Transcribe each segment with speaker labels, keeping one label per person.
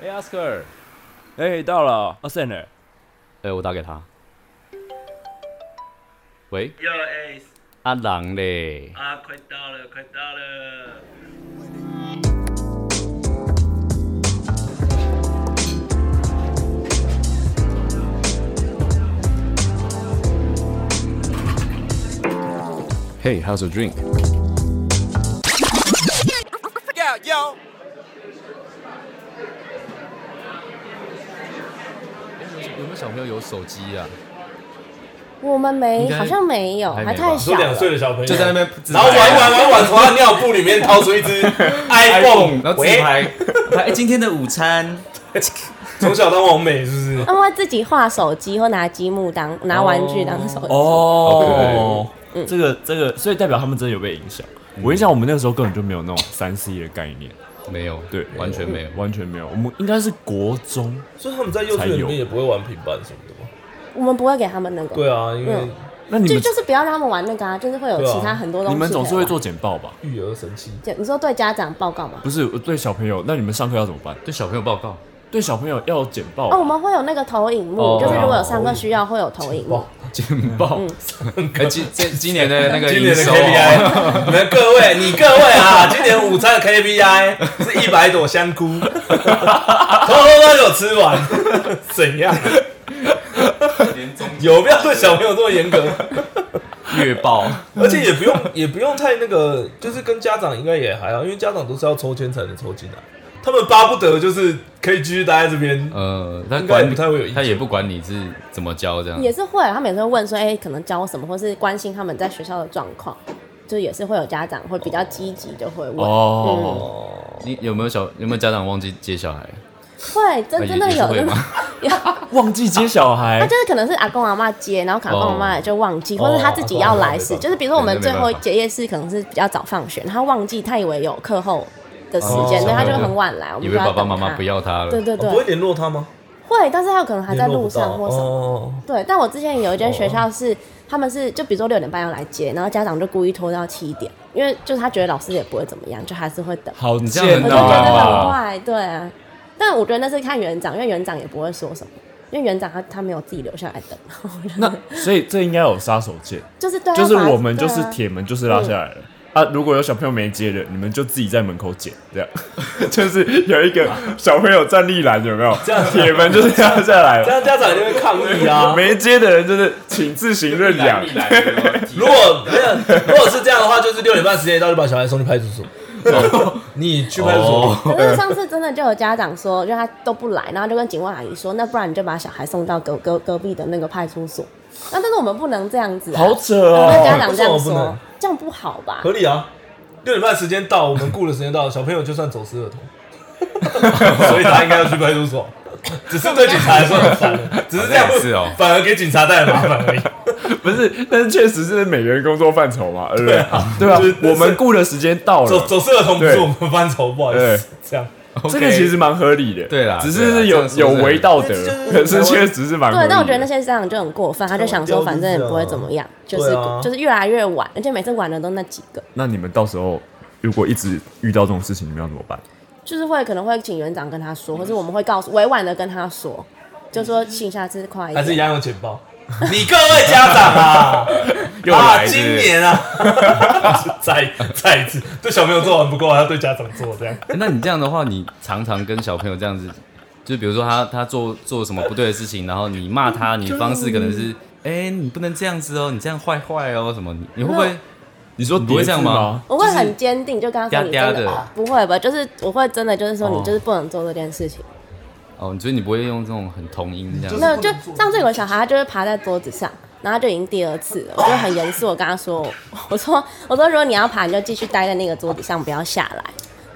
Speaker 1: 哎、o s c a r 哎、到了 a s c e n d e r
Speaker 2: 哎、我打给他。喂，
Speaker 3: 哟哎，
Speaker 2: 阿郎嘞，
Speaker 3: 啊，快到了，快到了！
Speaker 4: Hey, how's a drink?
Speaker 2: 有没有小朋友有手机啊？
Speaker 5: 我们
Speaker 2: 应
Speaker 5: 没，
Speaker 2: 该
Speaker 5: 好像没有，
Speaker 2: 还没
Speaker 5: 还
Speaker 2: 吧
Speaker 5: 太
Speaker 6: 说
Speaker 5: 小
Speaker 6: 两
Speaker 5: 了。
Speaker 6: 岁的小朋友
Speaker 7: 就在那边自拍
Speaker 6: 然后玩玩玩玩，从他尿布里面掏出一只 iPhone，
Speaker 7: 然后自
Speaker 6: 喂，
Speaker 7: 拍，
Speaker 8: 哎，今天的午餐，
Speaker 6: 从小当王美是不是？
Speaker 5: 他们会自己画手机或拿积木当拿玩具当手机。
Speaker 8: 哦，这个这个
Speaker 1: 所以代表他们真的有被影响。我印象我们那时候根本就没有那种三 C 的概念，
Speaker 2: 没有，
Speaker 1: 对，
Speaker 2: 完全没有。
Speaker 1: 完全没有。我们应该是国中，
Speaker 6: 所以他们在幼稚园里面也不会玩平板什么的吗？
Speaker 5: 我们不会给他们那个，
Speaker 6: 对啊，因为
Speaker 5: 嗯
Speaker 1: 那你
Speaker 5: 就
Speaker 1: 们
Speaker 5: 就是不要让他们玩那个啊，就是会有
Speaker 6: 对啊
Speaker 5: 其他很多东西。
Speaker 1: 你们总是会做，简报吧？
Speaker 6: 育儿神器。
Speaker 5: 就你说对家长报告吗？
Speaker 1: 不是我对小朋友，那你们上课要怎么办？
Speaker 2: 对小朋友报告，
Speaker 1: 对小朋友要有简报
Speaker 5: 哦，我们会有那个投影幕，
Speaker 2: 哦
Speaker 5: 就是如果有上课需要会有投影幕。
Speaker 2: 简 报。
Speaker 7: 哎，今这今年的那个
Speaker 6: 今年的
Speaker 7: 营收
Speaker 6: KPI，你们各位，你各位啊，今年午餐的 KPI 是一百朵香 菇，偷偷都有吃完，怎样？有必要对小朋友这么严格？
Speaker 2: 月报，
Speaker 6: 而且也不用也不用太那个，就是跟家长应该也还好，因为家长都是要抽签才能抽进来，他们巴不得就是可以继续待在这边。
Speaker 2: 呃，他
Speaker 6: 应该也
Speaker 2: 管
Speaker 6: 不太会有意见
Speaker 2: 他也不管你是怎么教这样。
Speaker 5: 也是会，他每次会问说，哎、可能教什么，或是关心他们在学校的状况，就也是会有家长会比较积极，就会问，
Speaker 1: 哦。
Speaker 2: 你有没有小有没有家长忘记接小孩？
Speaker 5: 会真真的
Speaker 2: 也也是
Speaker 5: 有，
Speaker 2: 会
Speaker 5: 真的
Speaker 2: 吗
Speaker 5: 有，
Speaker 1: 忘记接小
Speaker 5: 他
Speaker 1: 孩
Speaker 5: 就，是可能是阿公阿妈接，然后可能阿公阿妈就忘记，
Speaker 6: 哦
Speaker 5: 或是他自己要来时，
Speaker 6: 哦
Speaker 5: 就是比如说我们最后
Speaker 2: 对那没办法
Speaker 5: 结业式可能是比较早放学，然后他忘记，他以为有课后的时间，所以他就很晚来，我
Speaker 2: 以
Speaker 5: 们就
Speaker 2: 为
Speaker 5: 要
Speaker 2: 爸
Speaker 5: 等
Speaker 2: 爸
Speaker 5: 他。
Speaker 2: 妈妈不要他了。
Speaker 5: 对呃对
Speaker 6: 哦不会
Speaker 5: 对，
Speaker 6: 联络他吗？
Speaker 5: 会，但是他有可能还在路上或什么。
Speaker 6: 么？
Speaker 5: 对，但我之前有一间学校是，他们是就比如说六点半要来接，然后家长就故意拖到七点，因为就是他觉得老师也不会怎么样，就还是会等。
Speaker 1: 好
Speaker 2: 你这样
Speaker 1: 贱
Speaker 5: 我
Speaker 2: 很
Speaker 5: 就
Speaker 2: 那
Speaker 5: 觉得很
Speaker 1: 哦！
Speaker 5: 坏，对啊。但我觉得那是看园长，因为园长也不会说什么，因为园长他他没有自己留下来等，
Speaker 1: 那所以这应该有杀手锏，
Speaker 5: 就是对啊，
Speaker 1: 就是
Speaker 5: 把
Speaker 1: 我们
Speaker 5: 对
Speaker 1: 就
Speaker 5: 啊
Speaker 1: 是铁门就是拉下来了。啊！如果有小朋友没接的，你们就自己在门口捡，这样 就是有一个小朋友站立栏，有没有？这样铁门就是压下来
Speaker 6: 这
Speaker 1: 了。
Speaker 6: 样家长一定会抗议啊！
Speaker 1: 没接的人就是请自行认养。
Speaker 6: 如果没有，如果是这样的话，就是六点半时间一到就把小孩送去派出 所。你去派出所，
Speaker 5: 可
Speaker 1: 呃
Speaker 5: 是上次真的就有家长说，就他都不来，然后就跟警卫阿姨说，那不然你就把小孩送到隔隔隔壁的那个派出所。那但是我们不能这样子、啊，
Speaker 1: 好扯
Speaker 5: 跟家
Speaker 1: 哦！
Speaker 5: 长这样
Speaker 6: 为什么不
Speaker 5: 说
Speaker 6: 能，
Speaker 5: 这样不好吧？
Speaker 6: 合理啊。六点半时间到，我们雇的时间到，小朋友就算走私 儿童，所以他应该要去派出所。只是对警察来说很烦，啊只是啊这样
Speaker 2: 好像也是哦
Speaker 6: 反而给警察带来麻烦 而已。
Speaker 1: 不是，但是确实是每个人工作范畴嘛，对不对？对
Speaker 6: 就是
Speaker 1: 啊，我们雇的时间到
Speaker 6: 走
Speaker 1: 了，
Speaker 6: 走私儿童不是
Speaker 1: 对
Speaker 6: 我们范畴，不好意
Speaker 1: 对
Speaker 6: 思，这样。
Speaker 1: 这个 其实蛮合理的。
Speaker 2: 对啦
Speaker 1: 只
Speaker 2: 对啦
Speaker 1: 是
Speaker 2: 这
Speaker 1: 有
Speaker 2: 样说是
Speaker 1: 有
Speaker 2: 很
Speaker 1: 违道德
Speaker 6: 但是，就
Speaker 1: 可
Speaker 6: 是
Speaker 1: 是确实是蛮合
Speaker 5: 对，
Speaker 1: 理的。
Speaker 5: 但我觉得那些家长就很过分，他就想说，反正也不会怎么样，就是、
Speaker 6: 啊对啊
Speaker 5: 就是越来越晚，而且每次晚的都那几个，
Speaker 1: 那你们到时候如果一直遇到这种事情，你们要怎么办？
Speaker 5: 就是会可能会请园长跟他说，或者我们会告诉委婉的跟他说，就说请下次快一
Speaker 6: 还是一
Speaker 5: 点。
Speaker 6: 样用钱 包。你各位家长啊，
Speaker 2: 又
Speaker 6: 啊，
Speaker 2: 来是不
Speaker 6: 今
Speaker 2: 是
Speaker 6: 年啊， 再再一次，对小朋友做完不够，还要对家长做，这样
Speaker 2: 欸那你这样的话，你常常跟小朋友这样子，就比如说他他做做什么不对的事情，然后你骂他，你方式可能是，哎、你不能这样子哦，你这样坏坏哦，什么？你你会不会？你说不会这样吗？
Speaker 5: 我会很坚定，就跟他说你
Speaker 2: 嗲嗲
Speaker 5: 真的
Speaker 2: 的
Speaker 5: 哦不会吧？就是我会真的就是说你
Speaker 2: 哦
Speaker 5: 就是不能做这件事情。
Speaker 2: 哦，你觉得你不会用这种很童音这样子？
Speaker 5: 那就上次有个小孩，他就是爬在桌子上，然后他就已经第二次了。我就很严肃，我跟他说， 我说我说如果你要爬，你就继续待在那个桌子上，不要下来。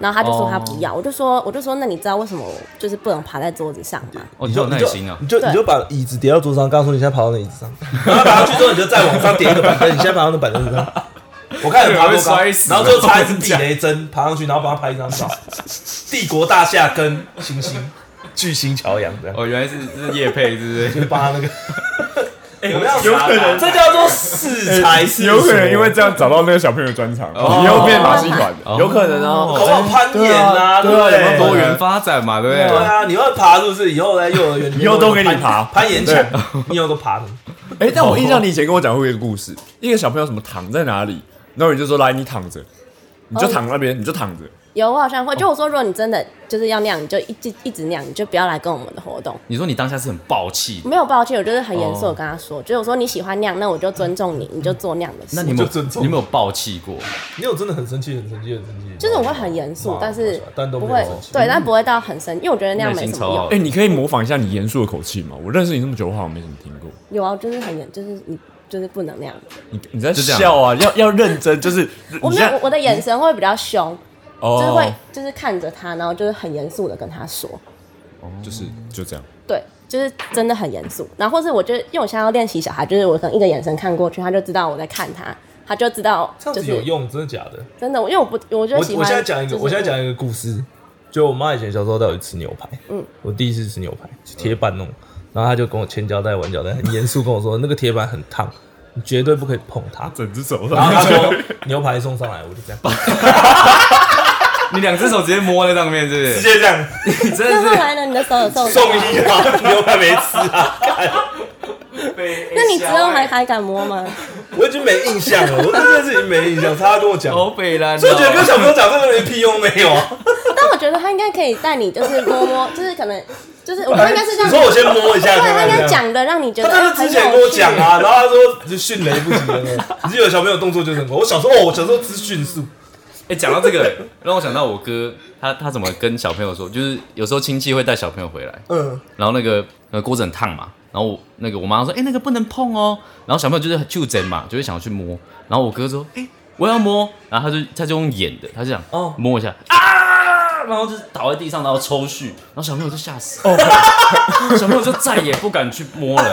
Speaker 5: 然后他就说他
Speaker 2: 哦
Speaker 5: 不要，我就说我就说那你知道为什么我就是不能爬在桌子上吗？
Speaker 2: 哦，你好有耐心啊！
Speaker 6: 你就
Speaker 5: 对
Speaker 6: 你就把椅子叠到桌上，刚刚说你现在爬到那椅 子上，然后爬上去之后，你就再往上叠一个板凳，你现在爬到那板凳上。我看你爬
Speaker 2: 有人
Speaker 6: 多高，
Speaker 2: 会摔死
Speaker 6: 然后就插一支避雷针爬上去，然后帮他拍一张照。帝国大厦跟星星巨星朝阳这样，
Speaker 2: 哦，原来是是叶配，是不？
Speaker 6: 就是是帮他那个我们要
Speaker 1: 有可能
Speaker 6: 这叫做适才是
Speaker 1: 呃有可能因为这样找到那个小朋友专场，以后变马戏团。
Speaker 2: 哦
Speaker 8: 有可能
Speaker 6: 搞不
Speaker 8: 啊，
Speaker 6: 好攀
Speaker 1: 对
Speaker 6: 岩
Speaker 1: 啊
Speaker 6: 对
Speaker 1: 对
Speaker 6: 不
Speaker 1: 啊有没
Speaker 6: 对？
Speaker 1: 有
Speaker 2: 多元发展嘛，对不
Speaker 6: 对
Speaker 2: 对？
Speaker 6: 啊，你要爬是不是？以后在幼儿园，
Speaker 1: 以后都给你爬
Speaker 6: 攀岩墙，你以后都爬什么？
Speaker 1: 哎，但我印象你以前跟我讲过一个故事，一个小朋友什么躺在哪里，然后你就说来你躺着，你就
Speaker 5: 哦
Speaker 1: 躺那边，你就躺着。
Speaker 5: 有，我好像会。就我说，如果你真的就是要那样，你就一直一直那样，你就不要来跟我们的活动。
Speaker 2: 你说你当下是很暴气的，
Speaker 5: 没有抱歉，我就是很严肃的跟他
Speaker 2: 哦
Speaker 5: 说，就是我说你喜欢那样，那我就尊重你，你就做那样的事。
Speaker 2: 那你有没
Speaker 6: 我就尊重
Speaker 2: 有你有没有暴气过？
Speaker 6: 你有真的很生气，很生气，很生气。
Speaker 5: 就是我会很严肃
Speaker 6: 哇，
Speaker 5: 但是
Speaker 6: 但都
Speaker 5: 不
Speaker 6: 没有
Speaker 5: 会
Speaker 6: 生气
Speaker 5: 对，但不会到很生，因为我觉得那样
Speaker 2: 耐
Speaker 5: 没
Speaker 2: 心
Speaker 5: 什
Speaker 2: 超
Speaker 5: 么用
Speaker 2: 好。
Speaker 1: 哎，你可以模仿一下你严肃的口气吗？我认识你这么久，我好像没怎么听过。
Speaker 5: 有啊，就是很严，就是你就是不能那样。
Speaker 1: 你你在
Speaker 2: 就这样
Speaker 1: 笑啊？要要认真，就是
Speaker 5: 我
Speaker 1: 你
Speaker 5: 没
Speaker 1: 现
Speaker 5: 有，
Speaker 1: 在
Speaker 5: 我我的眼神会比较凶，就是会
Speaker 1: 哦，
Speaker 5: 就是看着他，然后就是很严肃的跟他说，
Speaker 1: 就是就这样。
Speaker 5: 对，就是真的很严肃。然后或是我觉得，因为我现在要练习小孩，就是我可能一个眼神看过去，他就知道我在看他，他就知道
Speaker 6: 这
Speaker 5: 就
Speaker 6: 样子有
Speaker 5: 是
Speaker 6: 用，真的假的？
Speaker 5: 真的，因为我不，我就
Speaker 6: 我
Speaker 5: 喜欢。
Speaker 6: 我现在讲一个，
Speaker 5: 就是
Speaker 6: 我现在讲一个故事，就我妈以前小时候带我去吃牛排，嗯
Speaker 5: 嗯，
Speaker 6: 我第一次吃牛排，是铁板弄，然后她就跟我千交代万交代，很严肃跟我说，那个铁板很烫，你绝对不可以碰它。
Speaker 1: 整只手
Speaker 6: 然后她说牛排送上来，我就这样，
Speaker 2: 你两只手直接摸在上面，是不
Speaker 6: 直
Speaker 2: 是？
Speaker 6: 接这样
Speaker 2: 你真
Speaker 5: 那
Speaker 2: 的
Speaker 5: 后
Speaker 2: 是
Speaker 5: 来呢？你的手有 受
Speaker 6: 送
Speaker 5: 伤吗？
Speaker 6: 医啊，牛排没吃啊，
Speaker 5: 那你之
Speaker 6: 哎
Speaker 5: 后还还敢摸吗？
Speaker 6: 我已经没印象了，我对这件事情没印象，她跟我讲，
Speaker 2: 好北哦啦！
Speaker 6: 所以我觉得跟小朋友讲这个没屁用没有 啊。
Speaker 5: 但我觉得他应该可以带你，就是摸摸，就是可能就是我觉得应该是这
Speaker 6: 哎你
Speaker 5: 样。
Speaker 6: 说我先摸一下，
Speaker 5: 对，
Speaker 6: 看看
Speaker 5: 他
Speaker 6: 这
Speaker 5: 应该
Speaker 6: 样
Speaker 5: 讲的让你觉
Speaker 6: 他
Speaker 5: 得
Speaker 6: 真
Speaker 5: 哎
Speaker 6: 的之
Speaker 5: 很有
Speaker 6: 前跟我
Speaker 5: 趣
Speaker 6: 讲啊，然后他说就迅雷不及掩耳，你有小朋友动作就是很快。我小时候哦，我小时候之迅速，
Speaker 2: 哎，讲到这个， 让我想到我哥，他他怎么跟小朋友说？就是有时候亲戚会带小朋友回来，
Speaker 6: 嗯，
Speaker 2: 然后那个呃锅子很烫嘛，然后我那个我妈说，哎、那个不能碰哦，然后小朋友就是就诊嘛，就会想要去摸，然后我哥说，哎、我要摸，然后他就他就用演的，他就想
Speaker 6: 哦
Speaker 2: 摸一下啊，然后就是倒在地上，然后抽搐，然后小朋友就吓死，
Speaker 6: 哦
Speaker 2: 小朋友就再也不敢去摸了，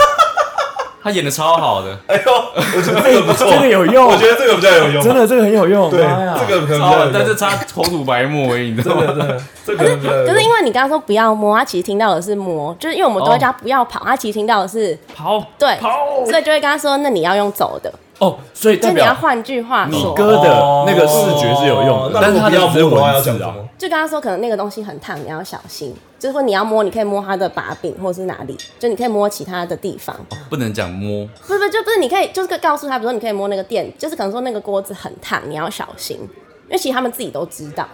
Speaker 2: 他演的超好的，
Speaker 6: 哎呦，我觉得这个不错，
Speaker 1: 这个有用
Speaker 6: 我觉得这个比较有用，啊
Speaker 1: 真的，这个很有用。
Speaker 6: 对，
Speaker 1: 妈呀
Speaker 6: 这个可
Speaker 2: 超
Speaker 6: 能比较
Speaker 2: 好
Speaker 6: 有
Speaker 2: 的，
Speaker 6: 用，
Speaker 2: 但是差口吐白沫而已，你知道
Speaker 6: 真的
Speaker 2: 吗？
Speaker 6: 真的，哦这个哦可能比较有
Speaker 5: 可
Speaker 6: 用
Speaker 5: 是因为你刚刚说不要摸，他其实听到的是摸，就是因为我们都会叫他
Speaker 1: 哦
Speaker 5: 不要跑，他其实听到的是
Speaker 2: 跑
Speaker 5: 对，
Speaker 2: 跑，
Speaker 5: 所以就会跟他说，那你要用走的，
Speaker 1: 哦，所以
Speaker 5: 就
Speaker 1: 代
Speaker 5: 你要啊
Speaker 1: 表
Speaker 5: 换句话
Speaker 1: 你
Speaker 5: 说，
Speaker 1: 哥的那个视觉是有用的，
Speaker 6: 哦那
Speaker 1: 但是
Speaker 6: 如
Speaker 1: 他
Speaker 6: 果
Speaker 1: 的
Speaker 6: 不要
Speaker 1: 只是
Speaker 6: 摸的话要
Speaker 1: 文
Speaker 6: 讲
Speaker 1: 字
Speaker 6: 什
Speaker 1: 啊。
Speaker 6: 么？
Speaker 5: 就跟他说可能那个东西很烫，你要小心，就是说你要摸，你可以摸他的把柄或是哪里，就你可以摸其他的地方，
Speaker 2: 不能讲摸，
Speaker 5: 不是不是就不是你可以就是告诉他，比如说你可以摸那个电，就是可能说那个锅子很烫，你要小心，因为其实他们自己都知道，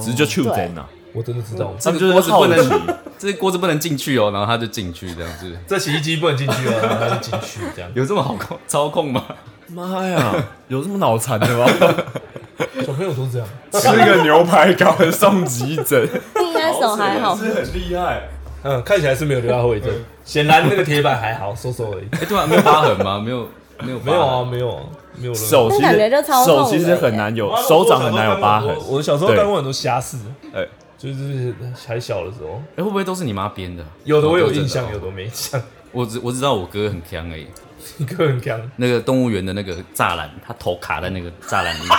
Speaker 1: 只是就啊 c h o o s 呐，
Speaker 6: 我真的知道，
Speaker 1: 他
Speaker 2: 这
Speaker 1: 们
Speaker 2: 个
Speaker 1: 就是
Speaker 2: 锅子不
Speaker 1: 套
Speaker 2: 能，
Speaker 1: 能，
Speaker 2: 这锅子不能进去哦，然后他就进去这样子。
Speaker 6: 这洗衣机不能进去哦，然后他就进去这样，
Speaker 2: 有这么好控操控 吗？
Speaker 1: 妈呀， 有这么脑残的 吗？
Speaker 6: 小朋友都这样，
Speaker 1: 吃个牛排搞得送急诊，
Speaker 5: 应该手还好。
Speaker 1: 是很厉害。
Speaker 6: 嗯，看起来是没有留下后遗症， 显然那个铁板还好，收收而已，
Speaker 2: 哎、对啊，没有疤痕吗？没有，没有，
Speaker 6: 没有啊，。没有啊，没有任何
Speaker 1: 手其
Speaker 5: 那感觉
Speaker 1: 实
Speaker 5: 就超痛
Speaker 1: 手
Speaker 5: 的
Speaker 1: 其实很难有，手掌很难有疤痕。
Speaker 6: 我小时候
Speaker 1: 对
Speaker 6: 干过很多瞎事，
Speaker 1: 哎
Speaker 6: 就是还小的时候，
Speaker 2: 哎、会不会都是你妈编的？
Speaker 6: 有的我有印
Speaker 2: 哦
Speaker 6: 象，有的我没印象。
Speaker 2: 我只我只知道我哥很强而已。
Speaker 6: 一个很强，
Speaker 2: 那个动物园的那个栅栏，他头卡在那个栅栏里 面。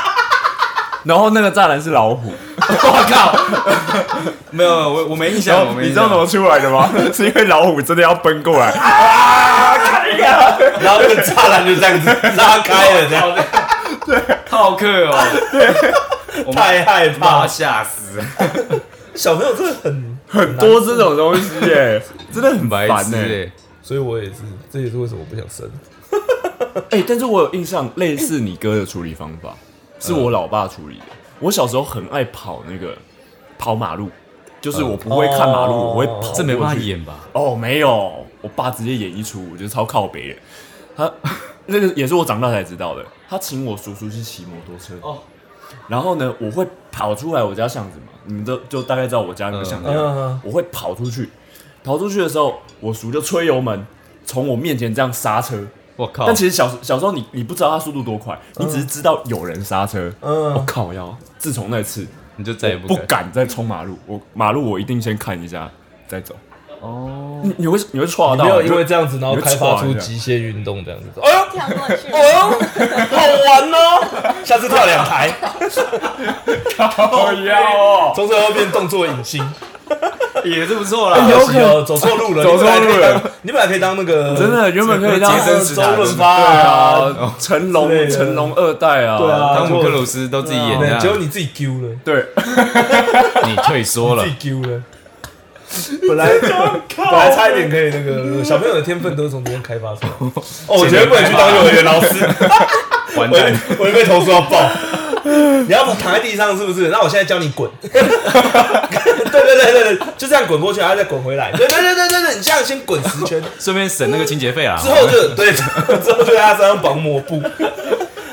Speaker 1: 然后那个栅栏是老虎，
Speaker 2: 我靠！没有，我我没印
Speaker 1: 然
Speaker 2: 象，我
Speaker 1: 后
Speaker 2: 没
Speaker 1: 你
Speaker 2: 印
Speaker 1: 知道
Speaker 2: 象
Speaker 1: 怎么出来的吗？ 是因为老虎真的要奔过来，
Speaker 6: 然后那个栅栏就这样子 拉开了，这样
Speaker 2: 套 客哦，
Speaker 6: 太害
Speaker 2: 把
Speaker 6: 怕
Speaker 2: 他。吓死，
Speaker 6: 小朋友真的很，
Speaker 1: 很多这种东西耶，真的很
Speaker 2: 白
Speaker 1: 烦
Speaker 2: 痴
Speaker 1: 呢。
Speaker 2: 哎、
Speaker 6: 所以我也是，这也是为什么我不想生。
Speaker 1: 哎、但是我有印象，类似你哥的处理方法，是我老爸处理的。我小时候很爱跑那个跑马路，就是我不会看马路，我
Speaker 6: 哦
Speaker 1: 会跑。
Speaker 2: 这没办法。演吧？
Speaker 1: 哦，没有，我爸直接演一出，我觉得超靠北的。他 那个也是我长大才知道的。他请我叔叔去骑摩托车。
Speaker 2: 哦
Speaker 1: 哦。然后呢，我会跑出来我家巷子嘛，你们都就大概知道我家那个巷子。
Speaker 6: 嗯，
Speaker 1: 我会跑出去，跑出去的时候，我叔就吹油门，从我面前这样刹车。
Speaker 2: 我靠！
Speaker 1: 但其实小小时候你你不知道他速度多快，你只是知道有人刹车。
Speaker 6: 嗯
Speaker 1: 我靠腰！自从那次，
Speaker 2: 你就再也
Speaker 1: 不
Speaker 2: 不敢
Speaker 1: 敢再冲马路，我马路我一定先看一下再走。
Speaker 2: 哦。
Speaker 1: 你你会你会戳
Speaker 6: 你
Speaker 1: 到，
Speaker 6: 没有
Speaker 1: 你
Speaker 6: 因
Speaker 1: 就
Speaker 6: 为这样子，然后开发出极限运动这样子。哎呦，
Speaker 5: 跳过去，
Speaker 6: 哎
Speaker 1: 哦
Speaker 6: 呦，好玩哦！下次跳两 台，
Speaker 1: 靠腰哦，哦
Speaker 6: 从此以后变动作影星。
Speaker 2: 也是不错 啦。
Speaker 6: 可惜哦，走错路了，
Speaker 1: 走错
Speaker 6: 你本来可以
Speaker 1: 路了
Speaker 6: 当，你本来可以当那个
Speaker 1: 真的原本可以当
Speaker 6: 杰森
Speaker 1: 周
Speaker 6: 史塔
Speaker 1: 润
Speaker 6: 利发啊，
Speaker 1: 啊，成
Speaker 6: 之类
Speaker 1: 龙
Speaker 6: 的
Speaker 1: 成龙二代啊，
Speaker 6: 对啊
Speaker 2: 汤姆克鲁斯都自己演
Speaker 6: 对结果
Speaker 2: 的，
Speaker 6: 你自己丢了，
Speaker 1: 对，
Speaker 2: 你退缩了
Speaker 6: 自己。丢了。本 来本来差一点可以那个小朋友的天分都是从这边开发出来。 哦，我绝对不能去当幼 儿园老师，
Speaker 2: 完
Speaker 6: 我会
Speaker 2: 蛋
Speaker 6: 被，我会被投诉到爆。 你要不躺在地上是不是？那我现在教你滚。 对对对对对，就这样滚过去，然后再滚回来。对对对对对对，你这样先滚十 圈，
Speaker 2: 顺便省那个清洁费啊。
Speaker 6: 之后就哦对，之后就在他身上绑抹布。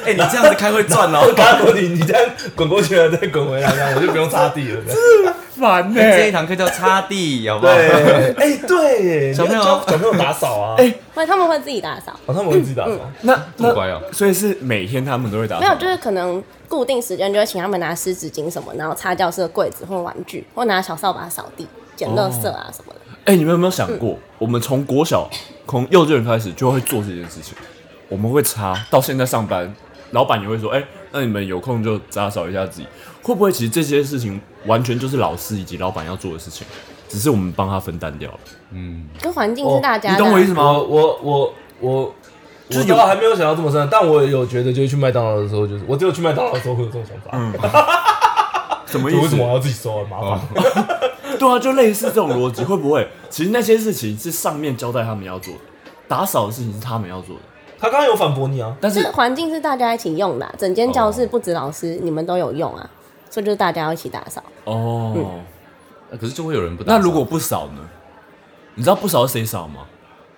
Speaker 8: 哎，你这样子开会赚哦。
Speaker 6: 他说你你这样滚过去了，再滚回来，这样我就不用擦地了。
Speaker 1: 烦
Speaker 6: 哎
Speaker 1: 欸呢
Speaker 2: 这一堂课叫擦地，好不好？
Speaker 6: 对，哎对，
Speaker 2: 小朋友
Speaker 6: 你要教小朋友打扫啊，
Speaker 1: 哎
Speaker 5: 会他们会自己打扫，
Speaker 6: 好像我们自己打扫。
Speaker 1: 那
Speaker 2: 这么乖哦
Speaker 1: 那所以是每天他们都会打扫，
Speaker 5: 没有就是可能固定时间就会请他们拿湿纸巾什么，然后擦教室的柜子或玩具，或拿小扫把扫地、捡垃圾啊什么的。
Speaker 1: 哎、你们有没有想
Speaker 2: 嗯
Speaker 1: 过，我们从国小、从幼稚园开始就会做这件事情？我们会擦，到现在上班，老板也会说，哎、那你们有空就打扫一下自己。会不会其实这些事情完全就是老师以及老板要做的事情，只是我们帮他分担掉了？
Speaker 5: 跟环境是大家
Speaker 1: 你
Speaker 5: 的啊，
Speaker 1: 懂我意思
Speaker 6: 我
Speaker 1: 吗？
Speaker 6: 我我我，我
Speaker 1: 是
Speaker 6: 知
Speaker 1: 有
Speaker 6: 道还没有想到这么深，但我有觉得，就是去麦当劳的时候，就是我只有去麦当劳的时候会有这种想法。
Speaker 1: 什么
Speaker 6: 就
Speaker 1: 意
Speaker 6: 为什
Speaker 1: 思
Speaker 6: 么？我要自己收啊？麻烦。
Speaker 1: 对啊，就类似这种逻辑，会不会其实那些事情是上面交代他们要做的，打扫的事情是他们要做的，
Speaker 6: 他刚刚有反驳你啊，
Speaker 1: 但
Speaker 5: 就是是环境是大家一起用的啊、整间教室不止老师，你们都有用啊，所以就是大家要一起打扫。
Speaker 1: 哦。
Speaker 2: 嗯可是就会有人不打
Speaker 1: 那
Speaker 2: 扫。
Speaker 1: 如果不扫呢？你知道不扫是谁扫吗？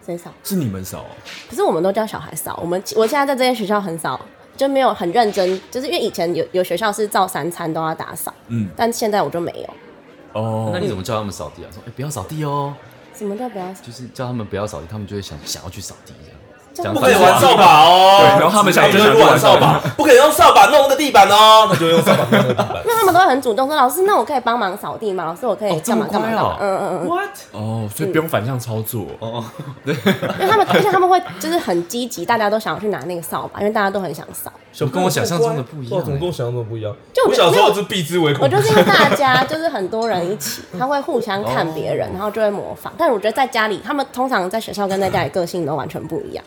Speaker 5: 谁扫？
Speaker 1: 是你们扫、啊。
Speaker 5: 可是我们都叫小孩扫，我们我现在在这间学校很少，就没有很认真，就是因为以前有有学校是照三餐都要打扫，
Speaker 1: 嗯，
Speaker 5: 但现在我就没有。
Speaker 1: 哦，
Speaker 2: 那你怎么叫他们扫地啊？说哎、不要扫地哦，
Speaker 5: 什么叫不要扫？
Speaker 2: 就是叫他们不要扫地，他们就会想想要去扫地这样。
Speaker 5: 这样
Speaker 6: 不
Speaker 2: 讲
Speaker 6: 可以
Speaker 2: 反
Speaker 6: 玩
Speaker 2: 话
Speaker 6: 扫把哦。
Speaker 1: 对然后他们想
Speaker 6: 就会玩扫把，不可以用扫把弄那个地板哦，他就会用扫把弄那个地板。
Speaker 5: 因为他们都会很主动说：“老师，那我可以帮忙扫地吗？老师，我可以
Speaker 2: 哦这
Speaker 5: 哎干
Speaker 2: 么
Speaker 5: 嘛干嘛
Speaker 2: 乖
Speaker 5: 干嘛
Speaker 2: 哦？”
Speaker 5: 嗯嗯嗯。
Speaker 1: 哦，所以不用反向操作哦。
Speaker 5: 因为他 们，而且他们会就是很积极，大家都想要去拿那个扫把，因为大家都很想扫。
Speaker 6: 小
Speaker 2: 跟我想象中的不一样欸
Speaker 6: 哇怎么跟我想象中的不一样？
Speaker 5: 就我
Speaker 6: 我
Speaker 5: 觉得
Speaker 6: 小时候是避之唯恐
Speaker 5: 我
Speaker 6: 不
Speaker 5: 就
Speaker 6: 及。
Speaker 5: 是因为大家就是很多人一起，他会互相看别人，然后就会模仿。但我觉得在家里，他们通常在学校跟在家里个性都完全不一样，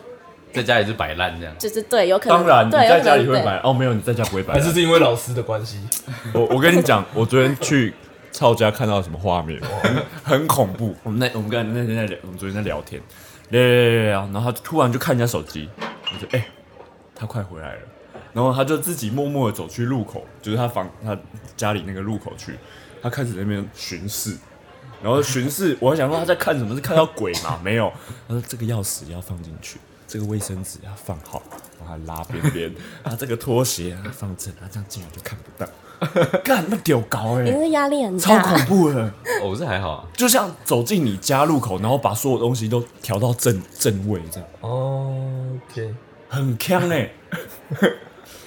Speaker 2: 在家也是摆烂这样。
Speaker 5: 就是对，有可能
Speaker 1: 当然，你
Speaker 5: 对，有
Speaker 1: 在
Speaker 5: 可
Speaker 1: 家
Speaker 5: 能
Speaker 1: 里会
Speaker 5: 对
Speaker 1: 买哦，没有，你在家不会买
Speaker 6: 还。是是因为老师的关系，
Speaker 1: 我我跟你讲，我昨天去超家看到什么画面， 很恐怖。我们那我们刚才那天在聊，我们昨天在聊天，聊聊聊聊聊，然后他就突然就看一下手机，我说哎、他快回来了。然后他就自己默默的走去路口，就是他房他家里那个路口去，他开始在那边巡视，然后巡视，我还想说他在看什么，是看到鬼吗？没有，他说这个钥匙要放进去，这个卫生纸要放好，然后他拉边边，他这个拖鞋啊放正，他这样进来就看不到，干那屌搞哎、
Speaker 5: 你是压力很
Speaker 1: 超
Speaker 5: 大
Speaker 1: 恐，怖的，
Speaker 2: 哦，我是还好啊，
Speaker 1: 就像走进你家路口，然后把所有东西都调到正正位这样，
Speaker 6: 哦，OK，
Speaker 1: 很呛哎、 然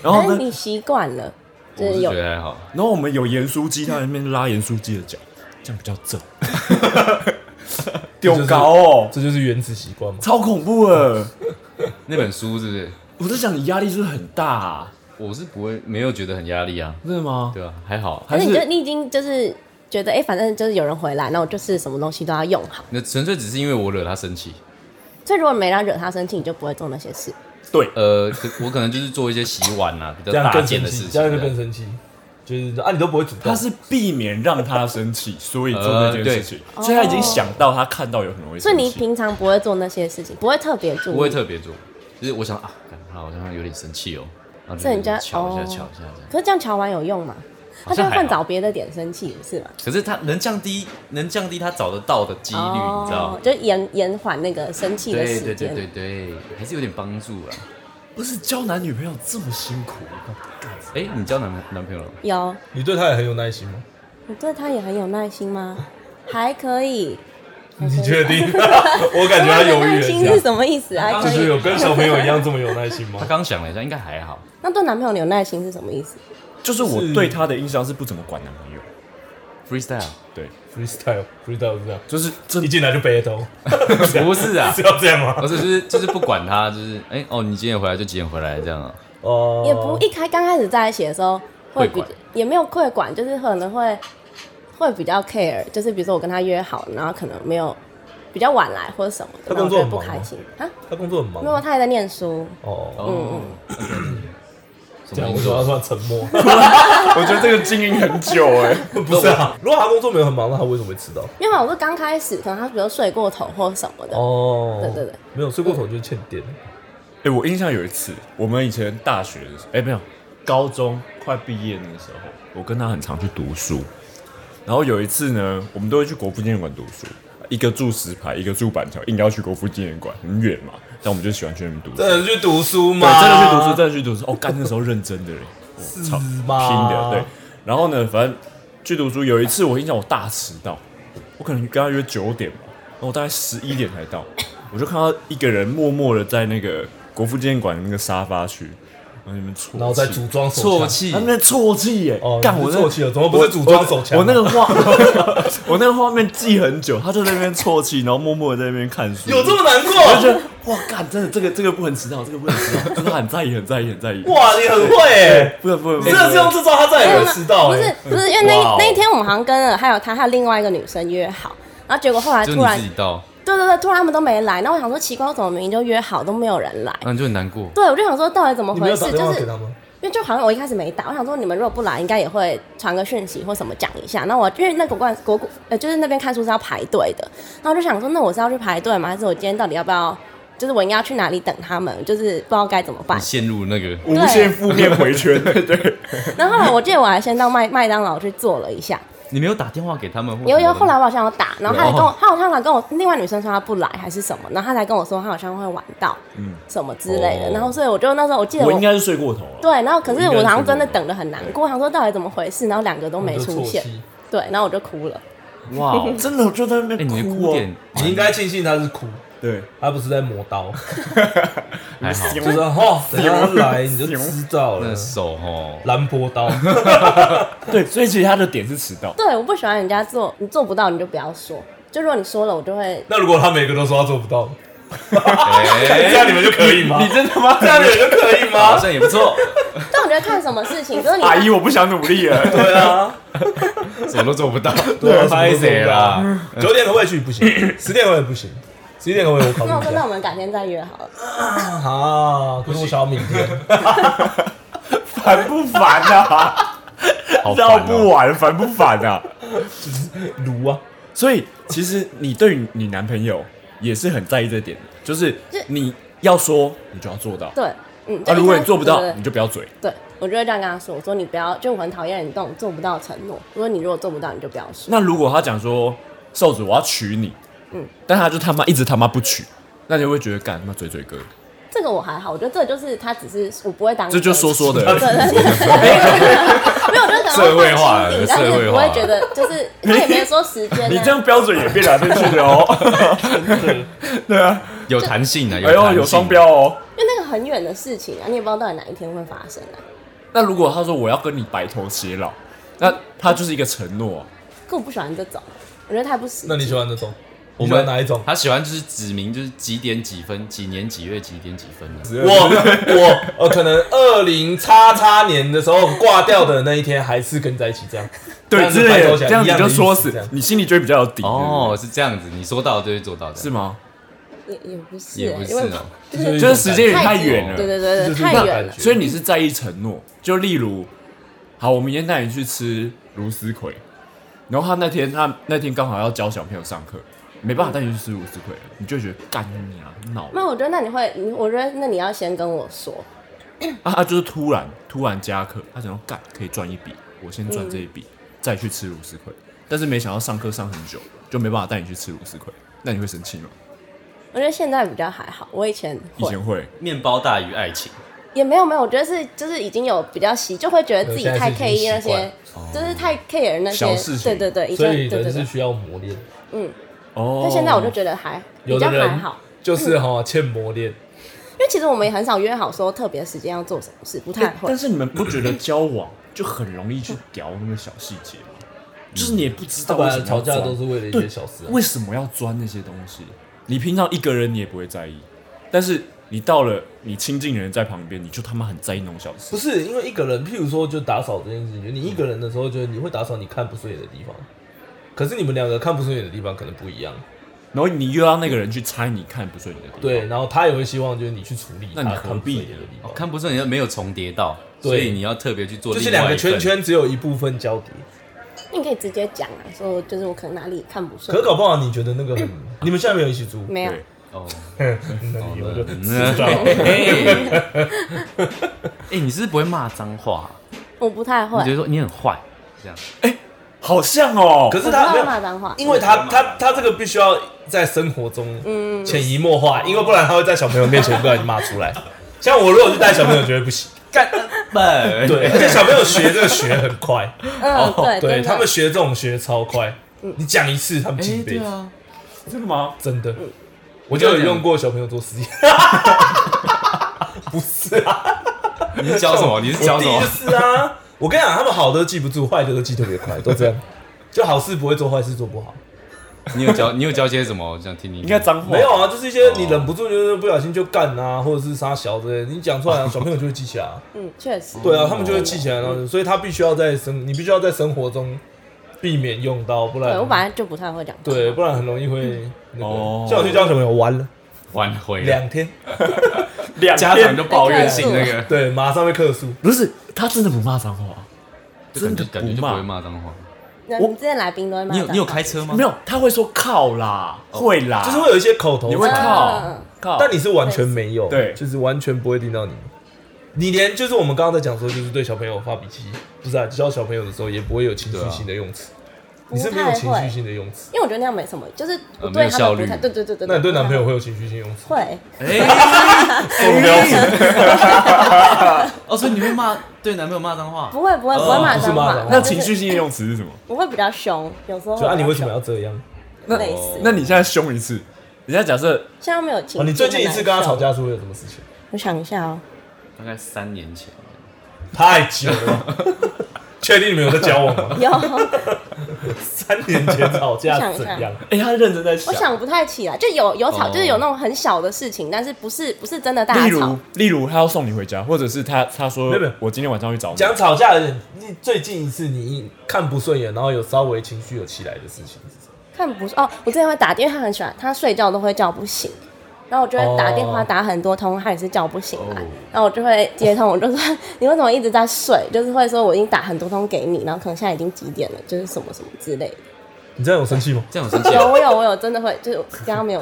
Speaker 5: 但
Speaker 1: 后
Speaker 5: 是
Speaker 1: 呢，
Speaker 5: 哎你习惯了，就
Speaker 2: 我是
Speaker 5: 是有
Speaker 2: 觉得还好。
Speaker 1: 然后我们有盐酥鸡，他在那边拉盐酥鸡的脚，这样比较 正，屌搞哦，
Speaker 6: 这就是原子习惯嘛。
Speaker 1: 超恐怖 的。
Speaker 2: 那本书是不是？
Speaker 1: 我在想，你压力是不是很大、啊？
Speaker 2: 我是不会没有觉得很压力啊，
Speaker 1: 真的吗？
Speaker 2: 对啊，还好。
Speaker 1: 还
Speaker 5: 但是你就是你已经就是觉得，哎、反正就是有人回来，那我就是什么东西都要用好。
Speaker 2: 那纯粹只是因为我惹他生气，
Speaker 5: 所以如果没让惹他生气，你就不会做那些事。
Speaker 1: 对？
Speaker 2: 呃，可我可能就是做一些洗碗啊，比
Speaker 6: 这
Speaker 2: 较
Speaker 6: 样
Speaker 2: 大
Speaker 6: 更
Speaker 2: 件
Speaker 6: 生
Speaker 2: 的事
Speaker 6: 气，
Speaker 2: 情。
Speaker 6: 这样就更
Speaker 2: 对
Speaker 6: 生气，就是啊，你都不会主动
Speaker 1: 他。是避免让他生气，所以做这件事情。
Speaker 5: 呃对
Speaker 1: 所以他已经想到，他看到有可能会
Speaker 5: 哦所以
Speaker 1: 生
Speaker 5: 你
Speaker 1: 气。
Speaker 5: 平常不会做那些事情，不会特别注意。
Speaker 2: 不会特别做，就是我想啊，干他好像有点生气哦，然后
Speaker 5: 所以你就
Speaker 2: 就瞧一下
Speaker 5: 哦
Speaker 2: 瞧一下这样。
Speaker 5: 可是这样瞧完有用吗？他
Speaker 2: 好
Speaker 5: 就
Speaker 2: 像还
Speaker 5: 会
Speaker 2: 好
Speaker 5: 换找别的点生气，是吗？
Speaker 2: 可是他能降低能降低他找得到的几率，你知道吗
Speaker 5: 哦，？就延延缓那个生气的
Speaker 2: 对
Speaker 5: 时
Speaker 2: 对
Speaker 5: 间。
Speaker 2: 对对对，还是有点帮助啦。
Speaker 1: 不是交男女朋友这么辛苦，
Speaker 2: 哎，你交男男朋友了吗？
Speaker 5: 有，
Speaker 6: 你对他也很有耐心吗？
Speaker 5: 你对他也很有耐心吗？还可以。
Speaker 6: 你确定？ 我感觉他犹豫
Speaker 5: 耐
Speaker 6: 了
Speaker 2: 啊
Speaker 5: 心
Speaker 6: 一
Speaker 5: 是
Speaker 6: 下。
Speaker 5: 什么意思？还
Speaker 6: 就
Speaker 5: 可
Speaker 6: 是
Speaker 5: 以。
Speaker 6: 有跟小朋友一样这么有耐心吗
Speaker 2: 他？刚想了一下，应该还好。
Speaker 5: 那对男朋友有耐心是什么意思？
Speaker 1: 就是我对他的印象是不怎么管男朋友，
Speaker 2: Freestyle
Speaker 1: 对，
Speaker 6: freestyle freestyle 是这样，
Speaker 1: 就是真
Speaker 6: 一进来就 battle，
Speaker 2: 不是啊
Speaker 6: 是，要这样吗
Speaker 2: 不？是就是就是不管他，就是哎、哦，你几点回来就几点回来这样啊。
Speaker 6: 哦
Speaker 5: 也不一开刚开始在一起的时候会
Speaker 2: 会
Speaker 5: 比
Speaker 2: 管
Speaker 5: 也没有会管，就是可能会会比较 care，就是比如说我跟他约好，然后可能没有比较晚来或者什么
Speaker 6: 他
Speaker 5: 的，然
Speaker 6: 工
Speaker 5: 后我
Speaker 6: 作
Speaker 5: 就会
Speaker 6: 很
Speaker 5: 不
Speaker 6: 忙吗哦
Speaker 5: 开心啊。
Speaker 6: 他工作很忙
Speaker 5: 没有，他还在念书。
Speaker 6: 哦。
Speaker 5: 嗯
Speaker 2: 哦，什
Speaker 6: 这
Speaker 2: 么工
Speaker 6: 样我说他
Speaker 2: 作？
Speaker 6: 算沉 默，
Speaker 1: 我觉得这个经营很久 哎、
Speaker 6: 不是 啊？如果他工作没有很忙，那他为什么会迟到？
Speaker 5: 因为我是刚开始，可能他比如睡过头或什么的。
Speaker 6: 哦，
Speaker 5: 对对对，
Speaker 6: 没有睡过头就是欠电。
Speaker 1: 哎、我印象有一次，我们以前大学的时候，哎、没有，高中快毕业那个时候，我跟他很常去读书。然后有一次呢，我们都会去国父纪念馆读书，一个住石牌，一个住板桥，硬要去国父纪念馆，很远嘛。但我们就喜欢去那边读书，
Speaker 6: 真的去读书
Speaker 1: 对，
Speaker 6: 吗？
Speaker 1: 真的去读书，真的去读书。哦，干那时候认真的人，我操，
Speaker 6: 吗
Speaker 1: 拼的对。然后呢，反正去读书，有一次我印象我大迟到，我可能跟他约九点吧，然后我大概十一点才到，我就看到一个人默默的在那个国父纪念馆的那个沙发区，然后你们啜，
Speaker 6: 然后再组，装手
Speaker 2: 啜
Speaker 6: 枪
Speaker 2: 气
Speaker 1: 他，们在啜泣耶
Speaker 6: 哦，，
Speaker 1: 干
Speaker 6: 你
Speaker 1: 我
Speaker 6: 是
Speaker 1: 那
Speaker 6: 错气了，怎么不是组装手枪啊？
Speaker 1: 我那个画，我那个画面记很久，他就在那边啜泣，然后默默的在那边看书，
Speaker 6: 有这么难
Speaker 1: 我就觉得
Speaker 6: 过？
Speaker 1: 哇，干，真的这个这个不能迟到，这个不能迟到，真的很在意，很在意，很在意。
Speaker 6: 哇，你很会欸，
Speaker 1: 不能不能，
Speaker 6: 真的是用这招，他再也没有迟到
Speaker 5: 不
Speaker 6: 欸
Speaker 5: 是不是，因为那一
Speaker 6: 哇哦
Speaker 5: 那一天我们好像跟了还有他还有另外一个女生约好，然后结果后来
Speaker 2: 就
Speaker 5: 嗯突
Speaker 2: 你
Speaker 5: 然
Speaker 2: 自己到，
Speaker 5: 对对对，突然他们都没来，然后我想说奇怪，我怎么明明就约好都没有人来？
Speaker 2: 那你就很难过。
Speaker 5: 对，我就想说到底怎么
Speaker 6: 嗯你没
Speaker 5: 回
Speaker 6: 有打
Speaker 5: 事？
Speaker 6: 电
Speaker 5: 就
Speaker 6: 话
Speaker 5: 是
Speaker 6: 给他吗？
Speaker 5: 因为就好像我一开始没打，我想说你们如果不来，应该也会传个讯息或什么讲一下。那我因为那国馆国呃就是那边看书是要排队的，然后我就想说，那我是要去排队吗？还是我今天到底要不要？就是我应该要去哪里等他们？就是不知道该怎么 办
Speaker 2: 你。陷入那个
Speaker 1: 无限负面回圈，对，
Speaker 5: 然后后来我记得我还先到麦麦当劳去坐了一下，
Speaker 2: 你没有打电话给他们，或
Speaker 5: 有
Speaker 2: 什么
Speaker 5: 有，
Speaker 2: 的
Speaker 5: 后来我好像有打，然后他还
Speaker 2: 哦
Speaker 5: 跟我，他好像来跟我另外女生说他不来还是什么，然后他才跟我说他好像会晚到，嗯，什么之类的。
Speaker 2: 哦
Speaker 5: 然后所以我就那时候我记得
Speaker 1: 我应该是睡过头了。
Speaker 5: 对，然后可是
Speaker 1: 我应该
Speaker 5: 我
Speaker 1: 是
Speaker 5: 好像真的等的很难过，我想说到底怎么回事，然后两个都没出
Speaker 6: 我就
Speaker 5: 现
Speaker 6: 啜泣，
Speaker 5: 对，然后我就哭了。
Speaker 2: 哇 哦，
Speaker 1: 真的我就在那
Speaker 2: 哎，
Speaker 1: 边
Speaker 2: 你的
Speaker 1: 哭
Speaker 2: 哭
Speaker 1: 哦，
Speaker 2: 点
Speaker 6: 你应该庆幸他是哭，
Speaker 1: 对，
Speaker 6: 他不是在磨刀，
Speaker 2: 还好，
Speaker 6: 就是呃哦，等他来你就知道
Speaker 2: 那
Speaker 6: 了
Speaker 2: 个，手哦，
Speaker 6: 兰博刀。
Speaker 1: 对，所以其实他的点是迟到，
Speaker 5: 对，我不喜欢人家做，你做不到你就不要说，就如果你说了，我就会
Speaker 6: 那如果他每个都说他做不到，
Speaker 2: 哎
Speaker 6: 这样你们就可以吗？
Speaker 2: 你真的吗？
Speaker 6: 这样你们就可以
Speaker 2: 好
Speaker 6: 吗？
Speaker 2: 像也不 错，
Speaker 5: 但我觉得看什么事情，就是你
Speaker 1: 阿姨我不想努力了，
Speaker 6: 对啊，
Speaker 2: 什么都做不到，
Speaker 6: 对 啊，
Speaker 2: 拍谁啦？
Speaker 6: 啦？啊九点可不可以去？不行， 十点我也不行，十一点可不可以？我考
Speaker 5: 那我
Speaker 6: 虑
Speaker 5: 说
Speaker 6: 一
Speaker 5: 那
Speaker 6: 下
Speaker 5: 我。们改天再约好了。
Speaker 6: 啊，可是我想要明天。
Speaker 1: 烦不烦啊？
Speaker 2: 好烦
Speaker 1: 绕
Speaker 2: 哦
Speaker 1: 不完，烦不烦啊？
Speaker 6: 炉啊，
Speaker 1: 所以其实你对于你男朋友也是很在意这点的，就是你要说，你就要做到。
Speaker 5: 对，嗯，
Speaker 1: 啊，
Speaker 5: 就
Speaker 1: 如果
Speaker 5: 一
Speaker 1: 你
Speaker 5: 开始
Speaker 1: 做不到
Speaker 5: 对，对
Speaker 1: 你就不要嘴。
Speaker 5: 对，我就会这样跟他说，我说你不要，就我很讨厌人这种做不到承诺。如果你如果做不到，你就不要说。
Speaker 1: 那如果他讲说，瘦子我要娶你，嗯，但他就他妈一直他妈不娶，那你会觉得干他妈嘴嘴哥，
Speaker 5: 这个我还好，我觉得这就是他只是我不会当
Speaker 1: 这就说说的而
Speaker 5: 对
Speaker 1: 已。
Speaker 5: 对 对，没有，我就可能
Speaker 2: 社会化了
Speaker 5: 会亲近
Speaker 2: 社
Speaker 5: 但
Speaker 2: 会
Speaker 5: 是不
Speaker 2: 化
Speaker 5: 会
Speaker 2: 了
Speaker 5: 觉得就是他也没有说时间啊，
Speaker 1: 你这样标准也变来变去的哦。 对啊，
Speaker 2: 有弹性啊，
Speaker 1: 哎
Speaker 2: 有弹
Speaker 1: 呦，
Speaker 2: 性
Speaker 1: 有双标哦。
Speaker 5: 因为那个很远的事情啊，你也不知道到底哪一天会发生啊。
Speaker 1: 那如果他说我要跟你白头偕老，那他就是一个承诺啊、
Speaker 5: 可我不喜欢这种，我觉得太不实际。
Speaker 6: 那你喜欢这种？
Speaker 2: 我
Speaker 6: 你喜欢
Speaker 2: 们
Speaker 6: 哪 一种？
Speaker 2: 他喜欢就是指明就是几点几分、几年几月几点几分啊的，
Speaker 6: 我我呃，可能二零叉叉年的时候挂掉的那一天，还是跟你在一起这样。
Speaker 1: 对，之类的，
Speaker 6: 这
Speaker 1: 这样
Speaker 6: 样
Speaker 1: 你
Speaker 6: 子白头偕老
Speaker 1: 就说
Speaker 6: 一样的意思这
Speaker 1: 死
Speaker 6: 样，
Speaker 1: 你心里就会比较有底。
Speaker 2: 哦，是这样子，你说到的就会做到的，
Speaker 1: 对不对是吗？
Speaker 5: 也也不是欸，
Speaker 2: 也不是
Speaker 5: 因为
Speaker 6: 啊
Speaker 2: 哦，
Speaker 5: 就是
Speaker 1: 就是时间有点太远
Speaker 5: 对
Speaker 1: 了，
Speaker 5: 对对
Speaker 6: 就
Speaker 5: 对，
Speaker 6: 是
Speaker 5: 太
Speaker 6: 那
Speaker 5: 远
Speaker 6: 感
Speaker 5: 了
Speaker 6: 觉。
Speaker 1: 所以你是在意承诺。就例如，好，我明天带你去吃芦丝葵，然后他那天他那天刚好要教小朋友上课，没办法带你去吃芦丝葵了，你就会觉得干你啊，闹
Speaker 5: 那我觉得那你会，你我觉得那你要先跟我说，
Speaker 1: 啊，他就是突然突然加课，他想要干可以赚一笔，我先赚这一
Speaker 5: 嗯
Speaker 1: 笔，再去吃乳丝葵。但是没想到上课上很久，就没办法带你去吃乳丝葵。那你会生气吗？
Speaker 5: 我觉得现在比较还好，我以前
Speaker 1: 以
Speaker 5: 会
Speaker 1: 前会，
Speaker 2: 面包大于爱情，
Speaker 5: 也没有没有，我觉得是就是已经有比较习，就会觉得自己
Speaker 6: 对现在
Speaker 5: 太
Speaker 6: 是已
Speaker 5: care
Speaker 6: 经
Speaker 5: 那
Speaker 6: 习惯哦
Speaker 5: 些，就是太 care 那些
Speaker 1: 小事情
Speaker 5: 对对对，以
Speaker 6: 所
Speaker 5: 前
Speaker 6: 以
Speaker 5: 对对
Speaker 6: 人是，
Speaker 5: 对
Speaker 6: 需要磨练，
Speaker 1: 哦
Speaker 5: 但现在我就觉得还比
Speaker 6: 有
Speaker 5: 较
Speaker 6: 的
Speaker 5: 还
Speaker 6: 人
Speaker 5: 好。
Speaker 6: 就是哈欠磨练。
Speaker 5: 因为其实我们也很少约好说特别时间要做什么事，不太
Speaker 1: 但
Speaker 5: 会
Speaker 1: 哎但。是你们不觉得交往就很容易去屌那个小细节吗？就是你也不知道
Speaker 6: 嗯他
Speaker 1: 为
Speaker 6: 本
Speaker 1: 什
Speaker 6: 来
Speaker 1: 么
Speaker 6: 吵架
Speaker 1: 要钻
Speaker 6: 都是为了一
Speaker 1: 对
Speaker 6: 些小事啊、
Speaker 1: 为什么要钻那些东西？你平常一个人你也不会在意，但是你到了你亲近的人在旁边，你就他妈很在意那种小事
Speaker 6: 不。是因为一个人，譬如说就打扫这件事情，你一个人的时候，就是你会打扫你看不顺眼的地方，可是你们两个看不顺眼的地方可能不一样，
Speaker 1: 然后你又让那个人去猜你看不顺眼的地方，
Speaker 6: 对，，然后他也会希望就是你去处理
Speaker 1: 那
Speaker 6: 他
Speaker 1: 你
Speaker 6: 看
Speaker 1: 何
Speaker 6: 不
Speaker 1: 必
Speaker 6: 顺眼的地
Speaker 2: 哦
Speaker 6: 方，
Speaker 2: 看不顺眼没有重叠到，
Speaker 6: 对
Speaker 2: 所以你要特别去做
Speaker 6: 就是
Speaker 2: 另外
Speaker 6: 两个
Speaker 2: 一份
Speaker 6: 圈。圈只有一部分交叠，
Speaker 5: 你可以直接讲啊，说就是我可能哪里看不顺
Speaker 6: 可，搞不好你觉得那个很，你们现在没有一起住，嗯哦
Speaker 5: 没有，
Speaker 1: 对
Speaker 2: 哦，
Speaker 6: 那理由就
Speaker 2: 哎， 哎你是不是不会骂脏话，啊
Speaker 5: 我不太
Speaker 2: 你觉得
Speaker 5: 会。
Speaker 2: 说你很坏，这 样
Speaker 1: 好像哦，
Speaker 6: 可是
Speaker 5: 我
Speaker 6: 他
Speaker 5: 不
Speaker 6: 没
Speaker 5: 太
Speaker 6: 有
Speaker 5: 会骂脏话，
Speaker 6: 因为他他他这个必须要在生活中
Speaker 5: 嗯
Speaker 6: 潜移默化，因为不然他会在小朋友面前不小心骂出来。像我如果去带小朋友，绝对不行。
Speaker 2: 干笨，
Speaker 6: 对，而且小朋友学这个学很 快，
Speaker 5: 嗯，对，
Speaker 6: 哦对
Speaker 5: 真的嗯
Speaker 6: 他们学这种学超快。你讲一次，他们记一
Speaker 2: 哎，
Speaker 6: 辈
Speaker 2: 对
Speaker 6: 子，
Speaker 2: 啊，
Speaker 1: 真的吗？
Speaker 6: 真的。
Speaker 5: 嗯
Speaker 6: 我就有用过小朋友做实验， 不是啊，
Speaker 5: 哎
Speaker 2: 你是教什么？你是教
Speaker 6: 我
Speaker 2: 什
Speaker 6: 第一
Speaker 2: 么？
Speaker 6: 次啊。我跟你讲，他们好的都记不住，坏的都记特别快，都这 样。就好事不会做，坏事做不好。
Speaker 2: 你有教你有教些什么？我想听听。
Speaker 1: 应该脏话
Speaker 6: 没有啊，就是一些你忍不住就是不小心就干啊，或者是杀小之类的，你讲出来、啊，小朋友就会记起来、啊。
Speaker 5: 嗯，确实，
Speaker 6: 对啊，他们就会记起来，然后所以他必须要在生，你必须要在生活中避免用到，不
Speaker 5: 对
Speaker 6: 然
Speaker 5: 我本来就不太会讲。
Speaker 6: 啊对，不然很容易会那
Speaker 1: 哦
Speaker 6: 个。像我去教小朋友玩了
Speaker 2: 挽回了
Speaker 6: 两天，
Speaker 1: 两
Speaker 2: 家长就抱怨性那个，
Speaker 6: 对，马上被克诉。
Speaker 1: 不是他真的不骂脏话，真的
Speaker 2: 就感觉
Speaker 1: 不
Speaker 2: 就不
Speaker 1: 骂
Speaker 2: 会骂脏话。
Speaker 5: 那
Speaker 1: 我
Speaker 5: 你之前来宾都会骂
Speaker 2: 你
Speaker 5: 脏
Speaker 2: 有
Speaker 5: 话，
Speaker 2: 你有开车吗？
Speaker 1: 没有，他会说靠啦，会啦，
Speaker 6: 哦
Speaker 5: 啊
Speaker 6: 就是会有一些口头
Speaker 1: 你会
Speaker 5: 嗯
Speaker 6: 禅，
Speaker 1: 靠靠，哦
Speaker 6: 但你是完全没有，
Speaker 1: 对
Speaker 6: 就是完全不会听到你。你连就是我们刚刚在讲说，就是对小朋友发脾气，不是啊，教小朋友的时候也不会有情绪性的用词，
Speaker 5: 不
Speaker 6: 你是没有
Speaker 5: 太
Speaker 6: 情绪
Speaker 5: 会，
Speaker 6: 性的啊用词。
Speaker 5: 因为我觉得那样没什么，就是我
Speaker 2: 呃没
Speaker 5: 对
Speaker 2: 有
Speaker 5: 他
Speaker 2: 效
Speaker 5: 们不太，
Speaker 2: 率
Speaker 5: 对对对对。
Speaker 6: 那你对
Speaker 5: 不太
Speaker 6: 男朋友会有情绪性用词？
Speaker 5: 会？
Speaker 6: 受不了，
Speaker 2: 哦，所以你会骂对男朋友骂脏话？
Speaker 5: 不会不会不会骂
Speaker 6: 哦不是
Speaker 5: 脏
Speaker 6: 骂
Speaker 5: 话
Speaker 6: 脏话，
Speaker 1: 那情绪性用词是什么？
Speaker 5: 我会比较凶，有时候
Speaker 6: 就
Speaker 5: 会
Speaker 6: 啊，
Speaker 5: 比
Speaker 6: 你
Speaker 5: 较
Speaker 6: 为什么
Speaker 5: 凶
Speaker 6: 要这样？
Speaker 5: 类似？
Speaker 1: 那你现在凶一次，人家假设
Speaker 5: 现在没有情
Speaker 6: 哦，
Speaker 5: 绪，
Speaker 6: 你最近一次跟他
Speaker 5: 很难
Speaker 6: 吵
Speaker 5: 凶，
Speaker 6: 架是为了什么事情？
Speaker 5: 我想 一下哦，
Speaker 2: 大概三年前，
Speaker 6: 太久了， 确定你们有在交往吗？
Speaker 5: 有，
Speaker 6: 三年前吵架是怎
Speaker 5: 我想一
Speaker 6: 样
Speaker 5: 下？
Speaker 1: 哎，他认真在想
Speaker 5: 我，想不太起来，就有有吵，
Speaker 2: 哦
Speaker 5: 就是有那种很小的事情，但是不是不是真的大
Speaker 1: 例
Speaker 5: 吵
Speaker 1: 如，例如他要送你回家，或者是他他说
Speaker 6: 没有没有
Speaker 1: 我今天晚上去找你，
Speaker 6: 讲吵架的人，你最近一次你看不顺眼，然后有稍微情绪有起来的事情是什么？
Speaker 5: 看不是哦，我之前会打电话，因为他很喜欢，他睡觉都会叫不醒。然后我就会打电话
Speaker 6: 哦
Speaker 5: 打很多通，他也是叫不醒来。然后我就会接通，我就说你为什么一直在睡？就是会说我已经打很多通给你，然后可能现在已经几点了，就是什么什么之类的。
Speaker 6: 你这样有生 气吗
Speaker 2: 这样有生气
Speaker 5: 有
Speaker 2: 啊？
Speaker 5: 我有我有，真的会，就是刚刚没有，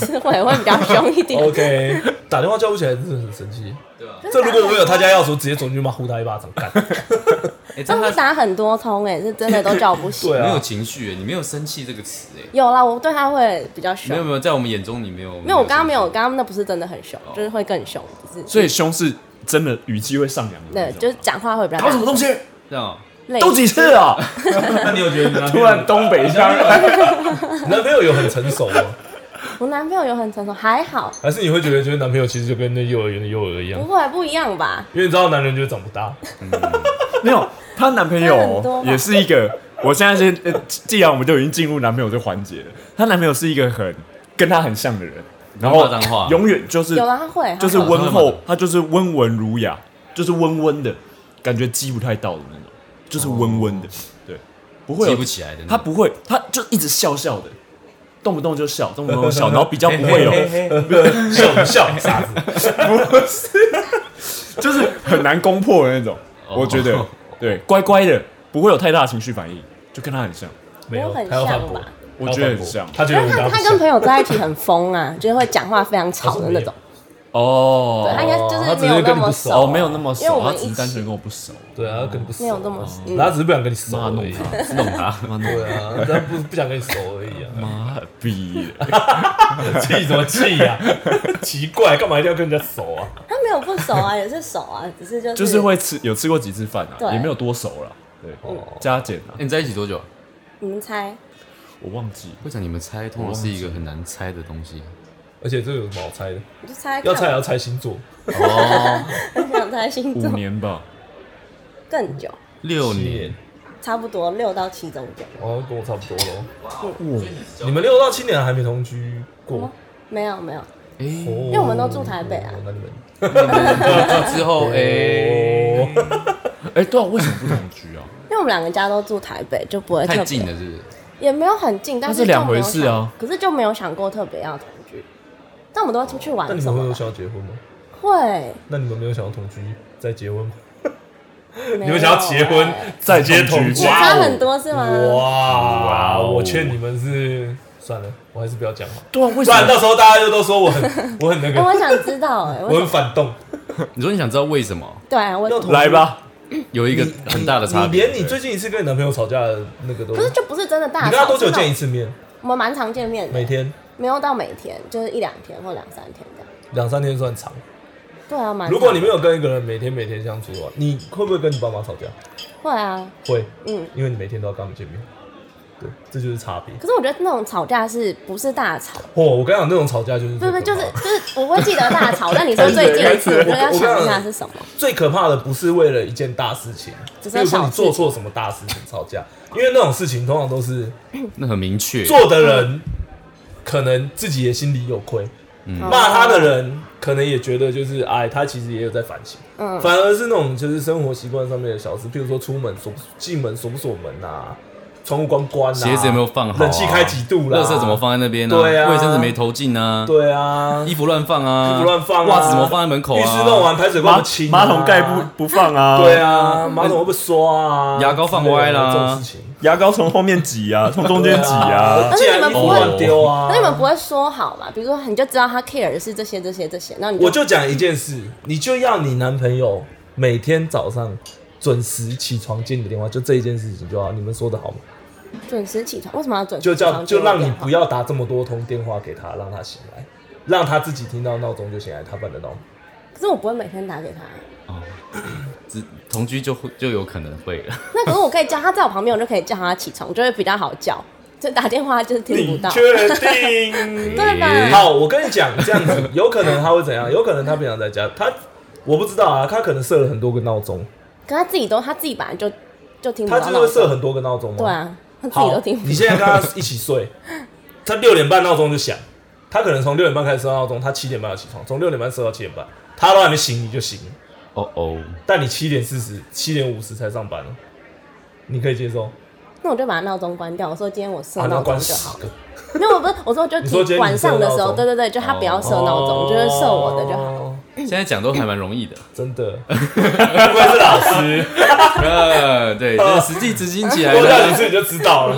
Speaker 5: 是会会比较凶一点。
Speaker 6: 哦？OK，打电话叫不起来真的很生气。
Speaker 2: 对啊，
Speaker 6: 这如果我有他家钥匙，我直接走进去骂呼他一巴掌干。
Speaker 2: 哎，这
Speaker 5: 真的
Speaker 2: 样他
Speaker 5: 打很多通哎、是真的都叫不醒。
Speaker 6: 对
Speaker 2: 没有
Speaker 6: 啊，
Speaker 2: 情绪耶，你没有生气这个词哎。
Speaker 5: 有啦，我对他会比较凶
Speaker 2: 没有。没有，在我们眼中你没有。
Speaker 5: 没有，我刚刚没有，
Speaker 2: 生
Speaker 5: 我刚刚那不是真的很凶，就是会更凶，只是
Speaker 1: 所以凶是真的语气会上扬的那
Speaker 5: 对，
Speaker 1: 种，
Speaker 5: 就是讲话会比较
Speaker 1: 搞什么东西，
Speaker 2: 气这样哦。
Speaker 5: 累。
Speaker 1: 都几次 啊，
Speaker 6: 那你有觉得 你男朋
Speaker 1: 突
Speaker 6: 友
Speaker 1: 然东北腔，
Speaker 6: 你男朋友有很成熟吗？
Speaker 5: 我男朋友有很成熟，还好，
Speaker 6: 还是你会觉得，就是男朋友其实就跟那幼儿园的幼儿一样
Speaker 5: 不？会不一样吧？
Speaker 6: 因为你知道男人就是长不 大，
Speaker 1: 没有，她男朋友
Speaker 5: 差很多
Speaker 1: 哦
Speaker 5: 吧
Speaker 1: 也是一个，我现在先，呃既然我们就已经进入男朋友这环节了，她男朋友是一个很跟她很像的人，然后
Speaker 2: 骂脏话
Speaker 1: 永远就是
Speaker 5: 有啦，啊他会，
Speaker 1: 就是
Speaker 5: 他会
Speaker 1: 温厚，她就是温文儒雅，就是温温的感觉激不太到的那种，就是温温的，对，不会有
Speaker 2: 记不起来的那种
Speaker 1: 她不会，她就一直笑笑的。动不动就笑，动不动就笑，然后比较不会有，
Speaker 6: 笑不笑傻子？
Speaker 1: 不是，就是很难攻破的那种。
Speaker 2: 哦
Speaker 1: 我觉得，对，乖乖的，不会有太大情绪反应，就跟他很像。
Speaker 6: 没有，
Speaker 5: 我很
Speaker 6: 他要反
Speaker 5: 像
Speaker 6: 驳
Speaker 5: 吧，
Speaker 1: 我觉得很像
Speaker 6: 他觉得
Speaker 5: 因
Speaker 6: 我们
Speaker 5: 为他
Speaker 6: 俩不
Speaker 5: 他跟
Speaker 6: 像
Speaker 5: 朋友在一起很疯啊，就是会讲话非常吵的那种。
Speaker 1: 哦
Speaker 5: 对，他应该就
Speaker 6: 他
Speaker 5: 是
Speaker 6: 只
Speaker 5: 没
Speaker 6: 是
Speaker 5: 有
Speaker 6: 跟
Speaker 5: 那
Speaker 6: 你不
Speaker 5: 么
Speaker 6: 熟
Speaker 5: 熟，啊
Speaker 1: 哦，没有那么
Speaker 5: 因为
Speaker 1: 熟，
Speaker 5: 我
Speaker 1: 他
Speaker 5: 们
Speaker 1: 只
Speaker 5: 一
Speaker 1: 是单
Speaker 5: 起
Speaker 1: 纯跟我不熟，
Speaker 6: 对啊，他跟你不熟，
Speaker 5: 没有那么熟。嗯
Speaker 6: 他只是不想跟 你熟
Speaker 1: 妈
Speaker 6: 而
Speaker 1: 弄
Speaker 6: 已。
Speaker 1: 他，
Speaker 2: 弄他，
Speaker 1: 妈弄
Speaker 6: 对啊，他不不想跟你熟而已啊，
Speaker 1: 妈逼的，
Speaker 6: 气什么气 呀？奇怪，干嘛一定要跟人家熟啊？
Speaker 5: 他没有不熟啊， 也是熟啊，只是就是
Speaker 1: 就是会吃，有吃过几次饭
Speaker 5: 对
Speaker 1: 啊，也没有多熟了。对，加减啊
Speaker 2: 哎，你在一起多久啊？
Speaker 5: 你们猜
Speaker 1: 我忘记 了。
Speaker 2: 会长，你们猜通常是一个很难猜的东西。
Speaker 6: 而且这有什么好猜的？
Speaker 5: 你就猜看，
Speaker 6: 要猜啊也要猜星座，
Speaker 2: 哦，
Speaker 5: 很想猜星
Speaker 1: 五
Speaker 5: 座
Speaker 1: 年吧，
Speaker 5: 更久，
Speaker 2: 六
Speaker 6: 七
Speaker 2: 年，
Speaker 5: 差不多六到七中间。
Speaker 6: 哦，跟我差不多喽。你们六到七年还没同居过？
Speaker 5: 没有没有，
Speaker 2: 哎，
Speaker 5: 哦因为我们都住台北啊
Speaker 6: 哦那你们
Speaker 2: 之后哎，
Speaker 6: 哦
Speaker 1: 哎，对啊，为什么不同居啊？
Speaker 5: 哎因为我们两个家都住台北，就不会特
Speaker 2: 太
Speaker 5: 别
Speaker 2: 近了，是不是？
Speaker 5: 也没有很近，但
Speaker 1: 那是两
Speaker 5: 就没有
Speaker 1: 回事
Speaker 5: 想
Speaker 1: 啊。
Speaker 5: 可是就没有想过特别要同居，但我们都出去玩
Speaker 6: 那你
Speaker 5: 什
Speaker 6: 们会
Speaker 5: 么
Speaker 6: 有
Speaker 5: 的。
Speaker 6: 想要结婚吗？
Speaker 5: 会，
Speaker 6: 那你们没有想要同居再结婚吗？
Speaker 5: 你
Speaker 6: 你们想要结婚再接同居
Speaker 5: 我？差很多是吗？
Speaker 6: 哦哇，哦我劝你们是算了，我还是不要讲了，
Speaker 1: 对啊，为
Speaker 6: 不然到时候大家又都说我很我很那
Speaker 5: 哎
Speaker 6: 个，
Speaker 5: 我想知道哎，
Speaker 6: 我
Speaker 5: 我
Speaker 6: 很反动。
Speaker 2: 你说你想知道为什么
Speaker 5: 对啊，我
Speaker 1: 来吧？
Speaker 2: 有一个很大的差
Speaker 6: 你
Speaker 2: 别？
Speaker 6: 连你最近一次跟你男朋友吵架的那个都，
Speaker 5: 不是
Speaker 6: 你
Speaker 5: 就不啊是真的大吵。
Speaker 6: 跟他多久
Speaker 5: 是那种
Speaker 6: 见一？次面？
Speaker 5: 我们蛮常见面的，
Speaker 6: 每天
Speaker 5: 没有到每天，就是一两天或两三天这样。
Speaker 6: 两三天算长。
Speaker 5: 对啊，蛮常。
Speaker 6: 如果你没有跟一个人每天每天相处的话，你会不会跟你爸妈吵架？
Speaker 5: 会啊，
Speaker 6: 会，
Speaker 5: 嗯，
Speaker 6: 因为你每天都要跟他们见面。对，这就是差别。
Speaker 5: 可是我觉得那种吵架是不是大吵？
Speaker 6: 哦，我跟你讲，那种吵架就是
Speaker 5: 不是
Speaker 6: 最
Speaker 5: 不是，就是
Speaker 6: 可怕的
Speaker 5: 就是，我会记得大吵，但你说 最近一次，我就要想一下是什么。
Speaker 6: 最可怕的不是为了一件大事情，
Speaker 5: 只是
Speaker 6: 比如说
Speaker 5: 小
Speaker 6: 你
Speaker 5: 事
Speaker 6: 做错什么大事情吵架，因为那种事情通常都是
Speaker 2: 那很明确，
Speaker 6: 做的
Speaker 5: 嗯
Speaker 6: 人可能自己也心里有亏，嗯
Speaker 5: 嗯
Speaker 6: 骂他的人可能也觉得就是哎，他其实也有在反省。
Speaker 5: 嗯
Speaker 6: 反而是那种就是生活习惯上面的小事，譬如说出门锁不进门锁不锁门啊，窗户关不关啊，
Speaker 2: 鞋子有没有放好啊
Speaker 6: 冷气开几度啦，
Speaker 2: 垃圾怎么？放在那边呢？
Speaker 6: 对啊
Speaker 2: 卫生纸没投进啊，
Speaker 6: 对啊，
Speaker 2: 衣服乱放啊，
Speaker 6: 衣服乱放啊
Speaker 2: 袜子怎么放在门口啊？
Speaker 6: 浴室弄完排水
Speaker 1: 马
Speaker 6: 管不清啊
Speaker 1: 马桶盖不不放啊？
Speaker 6: 对，啊，马桶会不会刷啊？
Speaker 2: 呃牙膏放歪啦
Speaker 6: 之类的这种事情，
Speaker 1: 牙膏从后面挤 啊，从中间挤啊
Speaker 5: 而。且你们不
Speaker 6: 不
Speaker 5: 会
Speaker 6: 乱丢啊
Speaker 5: 那。你们不会说好嘛？比如说，你就知道他 care 的是这些、这些、这些，那 你
Speaker 6: 我就讲一件事，你就要你男朋友每天早上准时起床接你的电话，就这一件事情就好。你们说的好吗？
Speaker 5: 准时起床。为什么要准时
Speaker 6: 就
Speaker 5: 起
Speaker 6: 叫
Speaker 5: 床？
Speaker 6: 就让你不要打这么多通电话给他，让他醒来，让他自己听到闹钟就醒来，他办得到吗？
Speaker 5: 可是我不会每天打给他。
Speaker 2: 只同居就会就有可能会了。
Speaker 5: 那可是我可以叫他在我旁边，我就可以叫他起床，我就会比较好叫。就打电话就是 听不到，
Speaker 6: 确定？
Speaker 5: 对吧？
Speaker 2: 哎
Speaker 6: 好，我跟你讲，这样子有可能他会怎样？有可能他平常在家，他我不知道啊，他可能设了很多个闹钟，
Speaker 5: 可他自己都他自己本来就就听不
Speaker 6: 他
Speaker 5: 到，
Speaker 6: 就是会设很多个闹钟吗？
Speaker 5: 对，啊，他自己
Speaker 6: 好
Speaker 5: 都听，不
Speaker 6: 你
Speaker 5: 到。
Speaker 6: 现在跟他一起 睡，他六点半闹钟就响，他可能从六点半开始设闹钟，他七点半要起床，从六点半设到七点半，他都还没醒你就醒了，
Speaker 2: 哦哦，
Speaker 6: 但你七点四十、七点五十才上班哦你可以接受？
Speaker 5: 那我就把闹钟关掉，我说今天我设
Speaker 6: 啊，那
Speaker 5: 闹钟
Speaker 6: 关
Speaker 5: 就
Speaker 6: 十
Speaker 5: 好。
Speaker 6: 个。
Speaker 5: 没有，我不是，我说就
Speaker 6: 你说今
Speaker 5: 提
Speaker 6: 天
Speaker 5: 晚
Speaker 6: 你设
Speaker 5: 上的
Speaker 6: 闹
Speaker 5: 时候，
Speaker 6: 钟
Speaker 5: 对对对，就他不要设闹钟，就是设我的就好。
Speaker 6: 哦，
Speaker 2: 现在讲都还蛮容易 的。
Speaker 6: 真 的，不愧是老师，
Speaker 2: 呃，对，就是实际执行起来
Speaker 6: 多叫
Speaker 2: 的
Speaker 6: 几次你就知道了。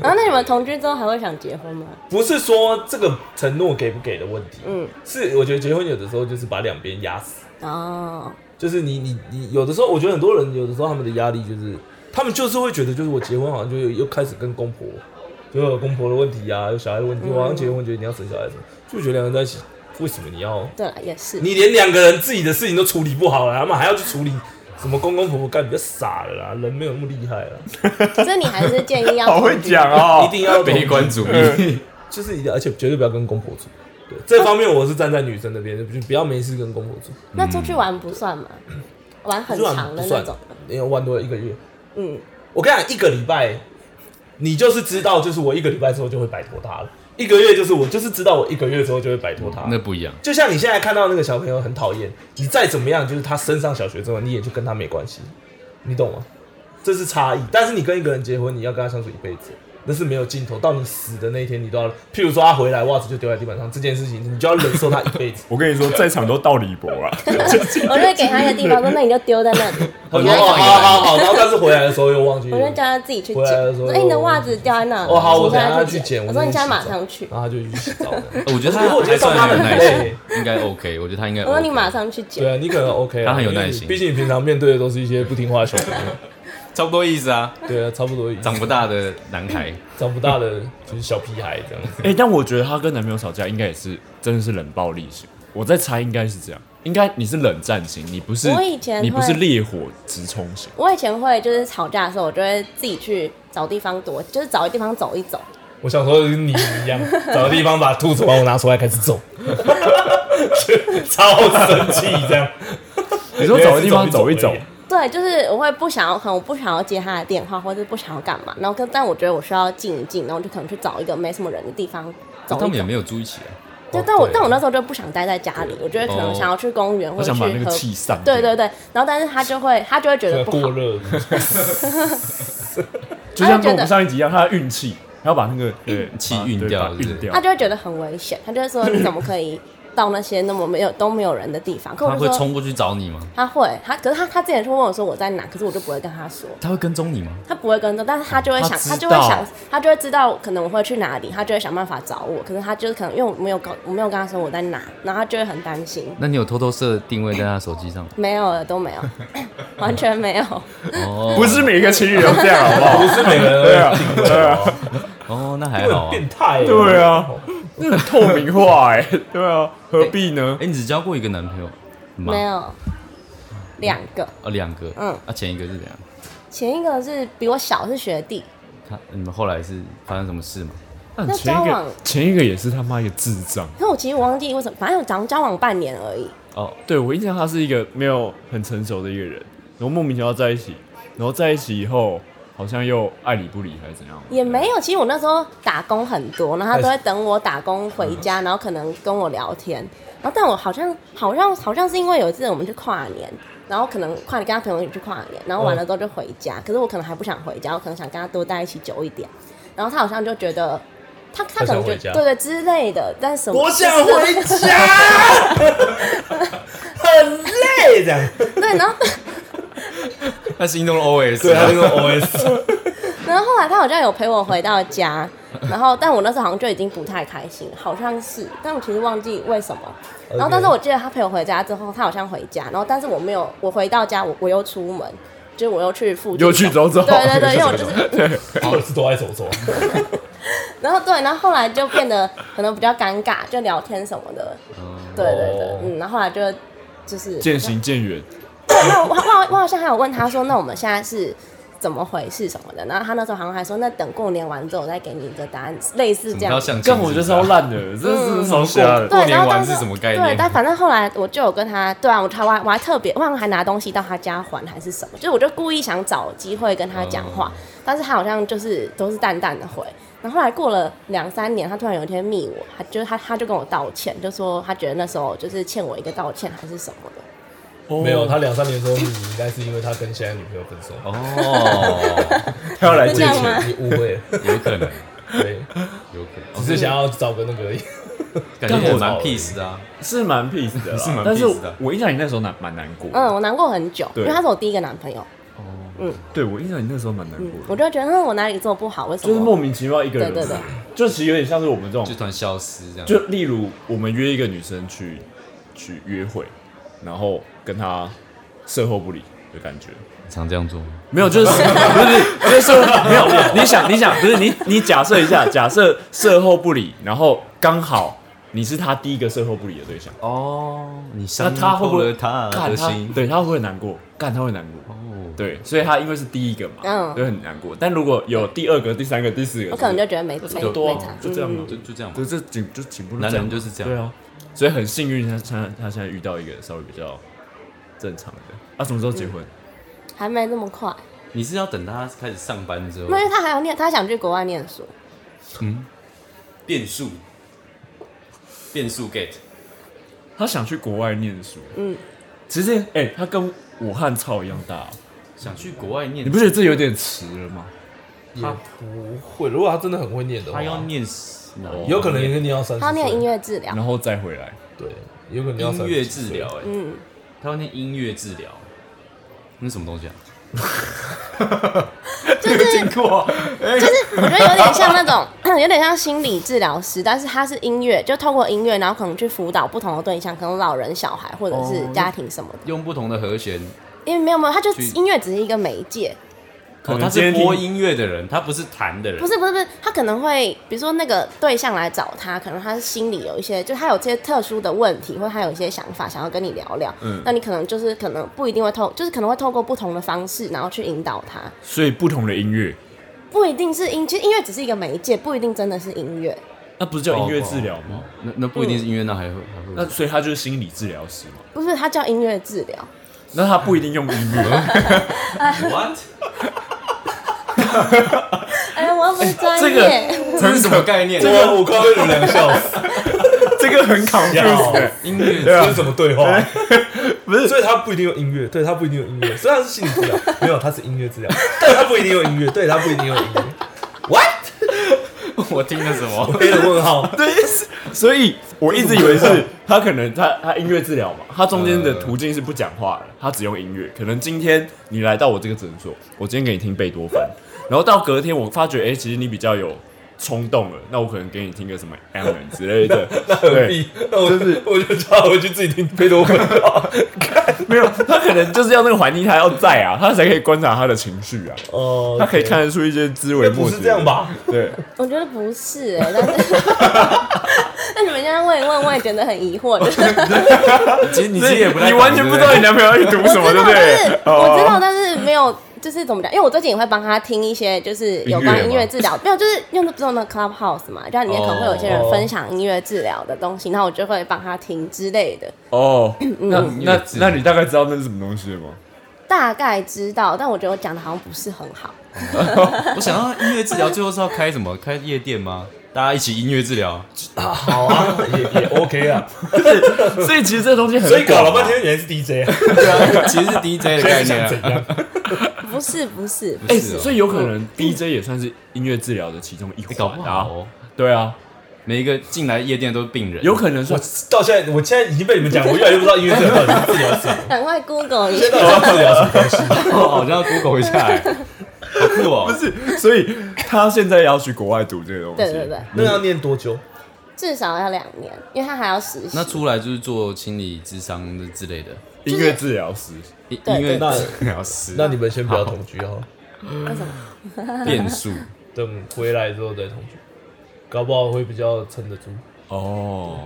Speaker 5: 然后那你们同居之后还会想结婚吗？
Speaker 6: 不是说这个承诺给不给的问题，
Speaker 5: 嗯，
Speaker 6: 是我觉得结婚有的时候就是把两边压死，
Speaker 5: 哦，
Speaker 6: 就是你你你有的时候，我觉得很多人有的时候他们的压力就是，他们就是会觉得就是我结婚好像就又开始跟公婆，就有公婆的问题啊，有小孩的问题，我好像结婚觉得你要生小孩什么，就觉得两个人在一起，为什么你要
Speaker 5: 对了，也是。
Speaker 6: 你连两个人自己的事情都处理不好了，他们还要去处理什么公公婆婆干，比较傻了啦，人没有那么厉害了，
Speaker 5: 所以你还是 建议要
Speaker 1: 好会
Speaker 5: 同居
Speaker 1: 讲哦，。
Speaker 6: 一定要
Speaker 2: 悲观主义。
Speaker 6: 就是一定，而且绝对不要跟公婆住。对，这方面我是站在女生那边，就不要没事跟公婆住，
Speaker 5: 那出去玩不算吗？玩很
Speaker 6: 出去玩
Speaker 5: 长的
Speaker 6: 不
Speaker 5: 那
Speaker 6: 算
Speaker 5: 种。
Speaker 6: 因为玩多一个月。
Speaker 5: 嗯，
Speaker 6: 我跟你讲，一个礼拜，你就是知道，就是我一个礼拜之后就会摆脱他了。一个月就是我就是知道我一个月之后就会摆脱他。
Speaker 2: 那不一样，
Speaker 6: 就像你现在看到那个小朋友很讨厌，你再怎么样，就是他升上小学之后，你也就跟他没关系，你懂吗？这是差异。但是你跟一个人结婚，你要跟他相处一辈子，那是没有尽头。到你死的那一天，你都要，譬如说他回来袜子就丢在地板上这件事情，你就要忍受他一 辈子
Speaker 1: 我跟你说，在场都道理博 啊，
Speaker 5: 我就会给他一个地方说，那你就丢在那里，
Speaker 6: 他说哦，好好好，然后但是回来的时候又忘记
Speaker 5: 我
Speaker 6: 了，
Speaker 5: 就叫他自己去
Speaker 6: 回
Speaker 5: 捡。
Speaker 6: 来的时候
Speaker 5: 说哎，你的袜子掉在那里。
Speaker 6: 哦好，我
Speaker 5: 你
Speaker 6: 等
Speaker 5: 现
Speaker 6: 下
Speaker 5: 在
Speaker 6: 去捡。
Speaker 5: 我说你
Speaker 6: 现
Speaker 5: 现
Speaker 6: 在
Speaker 5: 在马上去。
Speaker 6: 然后他就去洗澡了。
Speaker 2: 呃我觉得他
Speaker 6: 可是我觉得
Speaker 2: 还
Speaker 6: 上
Speaker 2: 算
Speaker 6: 他
Speaker 2: 很有
Speaker 6: 们
Speaker 2: 耐
Speaker 6: 很
Speaker 2: 心，
Speaker 6: 累。
Speaker 2: 应该 OK。我觉得他应该 OK。
Speaker 5: 我说你马上去捡。
Speaker 6: 对啊，你可能 OK 啊，
Speaker 2: 他很有耐心
Speaker 6: 毕竟你平常面对的都是一些不听话的小朋友。
Speaker 2: 差不多意思啊，
Speaker 6: 对啊，差不多嗯长
Speaker 2: 长不大的男孩，
Speaker 6: 长不大的就是小屁孩这样子。
Speaker 1: 哎、但我觉得她跟男朋友吵架应该也是真的是冷暴力型，我在猜应该是这样，应该你是冷战型，你不是
Speaker 5: 我以前
Speaker 1: 你不是
Speaker 5: 会
Speaker 1: 烈火直冲型，
Speaker 5: 我以前会就是吵架的时候，我就会自己去找地方躲，就是找个地方走一走。
Speaker 6: 我想说跟你一样，找个地方把兔子帮我拿出来开始揍，超生气这样。
Speaker 1: 你说找个地方走一走，
Speaker 5: 对，就是我会不想要，可能我不想要接他的电话，或者是不想要干嘛。然后跟，但我觉得我需要静一静，然后我就可能去找一个没什么人的地方走
Speaker 2: 他
Speaker 5: 一
Speaker 2: 们也
Speaker 5: 走。
Speaker 2: 没有住一起啊。
Speaker 5: 就
Speaker 6: 哦
Speaker 5: 但我
Speaker 6: 对
Speaker 5: 但我那时候就不想待在家里，我觉得可能
Speaker 2: 哦
Speaker 5: 想要去公园或
Speaker 1: 我
Speaker 5: 者
Speaker 1: 想
Speaker 5: 去
Speaker 1: 把那个
Speaker 5: 河
Speaker 1: 气散掉。
Speaker 6: 啊
Speaker 5: 对对对，然后但是他就会他就会觉
Speaker 6: 对，
Speaker 5: 得不好
Speaker 6: 过，热，
Speaker 1: 就
Speaker 5: 他
Speaker 1: 像
Speaker 5: 就觉
Speaker 1: 跟我
Speaker 5: 得
Speaker 1: 们上一集一样，他的运气，他要把那个对
Speaker 2: 气
Speaker 1: 把
Speaker 2: 运
Speaker 1: 对
Speaker 2: 掉
Speaker 1: 把它
Speaker 2: 是不是
Speaker 1: 运掉
Speaker 5: 他。就会觉得很危险，他就会说你怎么可以到那些那么没有都没有人的地方？可
Speaker 2: 他
Speaker 5: 我
Speaker 2: 会
Speaker 5: 就说
Speaker 2: 冲过去找你吗？
Speaker 5: 他会，他可是他他之前就问我说我在哪，可是我就不会跟他说。
Speaker 2: 他会跟踪你吗？
Speaker 5: 他不会跟踪，但是他就会想，
Speaker 2: 他
Speaker 5: 他
Speaker 2: 知
Speaker 5: 就
Speaker 2: 道
Speaker 5: 会想，他就会知道可能我会去哪里，他就会想办法找我。可是他就是可能因为我没有告，我没有跟他说我在哪，然后他就会很担心。
Speaker 2: 那你有偷偷设定位在他手机上？
Speaker 5: 没有了，都没 有，完全没有。
Speaker 2: 哦，
Speaker 1: 不是每个情侣都这样，好不 好？
Speaker 6: 不是每个人都有定位哦，
Speaker 2: 哦，那还
Speaker 6: 这
Speaker 2: 好
Speaker 6: 很
Speaker 2: 啊。
Speaker 6: 变态耶。
Speaker 1: 对啊，那很透明化哎、对啊，何必呢？
Speaker 2: 哎，你只交过一个男朋友吗？
Speaker 5: 没，有，两个，
Speaker 2: 哦，两个。
Speaker 5: 嗯
Speaker 2: 啊，前一个是怎样？
Speaker 5: 前一个是比我小，是学弟，
Speaker 2: 他你们后来是发生什么事吗？
Speaker 1: 但
Speaker 5: 那
Speaker 1: 前一
Speaker 5: 交往
Speaker 1: 个前一个也是他妈一个智障。
Speaker 5: 可我其实我忘记为什么，反正我长交往半年而已。
Speaker 2: 哦，
Speaker 1: 对我印象他是一个没有很成熟的一个人，然后莫名其妙在一起，然后在一起以后好像又爱理不理还是怎样？
Speaker 5: 也没有，其实我那时候打工很多，然后他都会等我打工回
Speaker 6: 嗯
Speaker 5: 家，然后可能跟我聊天。然后但我好像好像好像是因为有一次我们去跨年，然后可能跨年跟他朋友一起去跨年，然后完了之后就回
Speaker 6: 嗯
Speaker 5: 家。可是我可能还不想回家，我可能想跟他多待一起久一点。然后他好像就觉得他他
Speaker 6: 他
Speaker 5: 可能觉
Speaker 6: 想回家
Speaker 5: 得对对之类的，但是什么
Speaker 6: 我想回 家，很累这样。
Speaker 5: 对，然后
Speaker 2: 他心中的 OS
Speaker 6: 对，他啊那 个 OS，
Speaker 5: 然后后来他好像有陪我回到家，然后但我那时候好像就已经不太开心，好像是，但我其实忘记为什么。然后但是我记得他陪我回家之后，他好像回家，然后但是我没有，我回到家我我又出门，就是我又去附近，
Speaker 1: 又去走走
Speaker 5: 对 对对，因为我就是，
Speaker 6: 我是都爱走走。
Speaker 5: 然后对，然后后来就变得可能比较尴尬，就聊天什么的，对对对
Speaker 6: 哦，
Speaker 5: 嗯，然后后来就就是
Speaker 1: 渐行渐 远，
Speaker 5: 对，那我我我好像还有问他说，那我们现在是怎么回事什么的，然后他那时候好像还说，那等过年完之后我再给你一个答案，类似这样
Speaker 2: 要。像
Speaker 1: 但我觉得超烂的，
Speaker 5: 嗯
Speaker 1: 这是超瞎 的。
Speaker 5: 对，然
Speaker 2: 过
Speaker 5: 后
Speaker 2: 年完
Speaker 5: 但
Speaker 2: 是什么概念
Speaker 5: 对，但反正后来我就有跟他，对啊，我还我还我还特别，我好像还拿东西到他家还还是什么，就是我就故意想找机会跟他讲话，但是他好像就是都是淡淡的回。然后后来过了两三年，他突然有一天密我，他就是他他就跟我道歉，就说他觉得那时候就是欠我一个道歉还是什么的。
Speaker 6: 没有，他两三年之后，你应该是因为他跟现在女朋友分手。
Speaker 2: 哦，
Speaker 1: 他要来
Speaker 5: 是
Speaker 1: 借
Speaker 5: 这样
Speaker 1: 钱，
Speaker 5: 吗？
Speaker 6: 你误 会了，
Speaker 2: 有可能，
Speaker 6: 对，
Speaker 2: 有可能，
Speaker 6: 只是想要找个那个而已。
Speaker 2: 感觉也
Speaker 1: 我
Speaker 2: 蛮 peace 的啊。
Speaker 1: 是蛮 peace 的啦，
Speaker 2: 是蛮 peace 的
Speaker 1: 但是我印象你那时候难蛮难过，
Speaker 5: 嗯，，我难过很久，因
Speaker 1: 对
Speaker 5: 为他是我第一个男朋友，
Speaker 1: 对我印象你那时候蛮难
Speaker 5: 嗯，
Speaker 1: 过
Speaker 5: 我
Speaker 1: 的，
Speaker 5: 就会觉得嗯我哪里做不好，为什
Speaker 1: 就是莫
Speaker 5: 么？
Speaker 1: 名其妙一个人，
Speaker 5: 对对对，
Speaker 1: 就其实有点像是我们这种
Speaker 2: 就突然消失这样。
Speaker 1: 就例如我们约一个女生去去约会，然后跟她售后不理的感觉，
Speaker 2: 常这样做吗？
Speaker 1: 没有，就是不是就是售后没有，你想你想不是你你假设一下，假设售后不理，然后刚好你是她第一个售后不理的对象，
Speaker 2: 哦，你
Speaker 1: 那
Speaker 2: 伤
Speaker 1: 她会不
Speaker 2: 透
Speaker 1: 会
Speaker 2: 了他
Speaker 1: 干
Speaker 2: 的
Speaker 1: 她
Speaker 2: 心？
Speaker 1: 对，她会不会难过？干她会难过。
Speaker 2: 哦，
Speaker 1: 对，所以她因为是第一个嘛，
Speaker 5: 嗯
Speaker 1: 就很难过。但如果有第二个、第三个、第四个，
Speaker 5: 我可能就觉得没没
Speaker 1: 就多啊
Speaker 5: 没差，
Speaker 1: 就这样嘛
Speaker 5: 嗯
Speaker 2: 就就这样吧
Speaker 1: 对，。这紧就紧不住
Speaker 2: 男人
Speaker 1: 这样
Speaker 2: 就是这样
Speaker 1: 对啊，所以很幸运，他他他现在遇到一个稍微比较正常的。啊，什么时候结婚？
Speaker 5: 嗯还没那么快。
Speaker 2: 你是要等他开始上班之后
Speaker 5: 没有，因为他还要念，他想去国外念书。
Speaker 2: 变数，变数 get
Speaker 1: 他想去国外念书。
Speaker 5: 嗯，
Speaker 1: 其实，哎、他跟武汉操一样大、哦
Speaker 2: 想去国外念，
Speaker 1: 你不觉得这有点迟了吗？
Speaker 6: 也不会，如果他真的很会念的话
Speaker 2: 他，要念什么
Speaker 1: 哦
Speaker 6: 有可能也是念到三十岁。
Speaker 5: 他要念音乐治疗，
Speaker 1: 然后再回来，
Speaker 6: 对，有可能要
Speaker 2: 音乐治 疗，哎，
Speaker 5: 嗯，
Speaker 2: 他要念音乐治疗，那是什么东西啊？
Speaker 5: 我觉得有点像那种，有 点像心理治疗师，但是他是音乐，就透过音乐，然后可能去辅导不同的对象，可能老人、小孩或者是家庭什么的。
Speaker 2: 用不同的和弦，
Speaker 5: 因为没有没有，他就
Speaker 2: 去
Speaker 5: 音乐只是一个媒介，
Speaker 1: 可
Speaker 2: 哦，
Speaker 1: 能
Speaker 2: 他
Speaker 1: 今
Speaker 2: 是
Speaker 1: 天听
Speaker 2: 播音乐的人，他不是弹的人，
Speaker 5: 不是不是不是，他可能会，比如说那个对象来找他，可能他是心里有一些，就他有这些特殊的问题，或他有一些想法想要跟你聊聊，
Speaker 1: 嗯
Speaker 5: 那你可能就是可能不一定会透，就是可能会透过不同的方式，然后去引导他，
Speaker 1: 所以不同的音乐，
Speaker 5: 不一定是音，其实音乐只是一个媒介，不一定真的是音乐。
Speaker 1: 那不是叫音乐治疗吗？
Speaker 2: 哦那那不一定是音乐，那还会还会
Speaker 1: 那所以他就是心理治疗师嘛。
Speaker 5: 不是，它叫音乐治疗。
Speaker 1: 那他不一定用音 乐，
Speaker 2: what
Speaker 5: 哎呀，我又不是专
Speaker 1: 这
Speaker 5: 业。
Speaker 1: 个
Speaker 2: 这是什么概念？
Speaker 6: 这个哎我刚刚有两个笑死，
Speaker 1: 这个很 confused
Speaker 6: 笑
Speaker 1: 欸。
Speaker 2: 音乐
Speaker 6: 这是什么对话？
Speaker 1: 不是
Speaker 6: 所以他 不一定有音乐，对他不一定有音乐，虽然是心理治疗，没有他是音乐治疗，但他不一定有音乐，对他不一定有音乐。What？
Speaker 2: 我听了什么？
Speaker 6: 黑了问号，
Speaker 1: 对，是所以我一直以为是他可能他他音乐治疗嘛，他中间的途径是不讲话的，他只用音乐。可能今天你来到我这个诊所，我今天给你听贝多芬，然后到隔天我发觉，哎、其实你比较有冲动了，那我可能给你听个什么 a l l n 之类的，
Speaker 6: 何
Speaker 1: 对，
Speaker 6: 必？那我就是我就叫他回去自己听贝多芬。
Speaker 1: 没有，他可能就是要那个环境他要在啊，他才可以观察他的情绪啊，
Speaker 6: 哦，
Speaker 1: 他可以看得出一些枝微
Speaker 6: 对，
Speaker 1: 末
Speaker 6: 不
Speaker 1: 节。
Speaker 6: 是这样？吧？
Speaker 1: 对，
Speaker 5: 我觉得不是哎、但是那你们这样问一问，我也觉得很疑 惑。就是
Speaker 8: 其实你自己也不太
Speaker 1: 你
Speaker 8: 懂
Speaker 1: 完全不知道你男朋友在读什么，
Speaker 5: 我知
Speaker 1: 对哦不
Speaker 5: 道，
Speaker 1: 对
Speaker 5: 但是？我知道，但是没有，就是怎么讲？因为我最近也会帮他听一些，就是有关音乐治疗，没有，就是用那不是用那 Clubhouse 嘛，然后里面可能会有一些人分享音乐治疗的东西，然后我就会帮他听之类的，
Speaker 1: 哦，那那
Speaker 2: 字
Speaker 1: 那你大概知道那是什么东西了 吗？
Speaker 5: 大概知道，但我觉得我讲的好像不是很好。
Speaker 2: 我想到音乐治疗最后是要开什么？开夜店吗？大家一起音乐治疗，
Speaker 6: 好啊，也也 OK 啊。
Speaker 1: 所以其实这东西很
Speaker 6: 所以搞了
Speaker 1: 广
Speaker 6: 半
Speaker 1: 啊。
Speaker 6: 天原来是 DJ，啊
Speaker 2: 对啊，其实是 DJ 的概念
Speaker 6: 想
Speaker 2: 啊
Speaker 6: 怎。样？
Speaker 5: 不是，不是，
Speaker 1: 哎、
Speaker 2: 是哦
Speaker 1: 所以有可能 DJ 也算是音乐治疗的其中一
Speaker 2: 你搞
Speaker 1: 环
Speaker 2: 不
Speaker 1: 啊。
Speaker 2: 好、哦，
Speaker 1: 对啊，
Speaker 2: 每一个进来夜店都是病人，
Speaker 1: 有可能说
Speaker 6: 我到现在，我现在已经被你们讲，我越来越不知道音乐治疗到底是治疗什么。
Speaker 5: 赶快 Google 一
Speaker 6: 现
Speaker 5: 下。
Speaker 6: 在到底是治疗什么？
Speaker 2: 好像要 Google 一下、 欸，好酷哦、
Speaker 1: 不是，所以他现在要去国外读这个东西。
Speaker 5: 对对对，
Speaker 6: 那要念多久？
Speaker 5: 至少要两年，因为他还要实习。
Speaker 2: 那出来就是做心理智商之类的，
Speaker 1: 音乐治疗师。
Speaker 2: 音
Speaker 5: 对
Speaker 2: 音乐
Speaker 6: 那
Speaker 2: 治疗师，
Speaker 6: 那你们先不要同居哦，
Speaker 5: 为什么？
Speaker 2: 变数
Speaker 6: 等回来之后再同居，搞不好会比较撑得住，
Speaker 1: 哦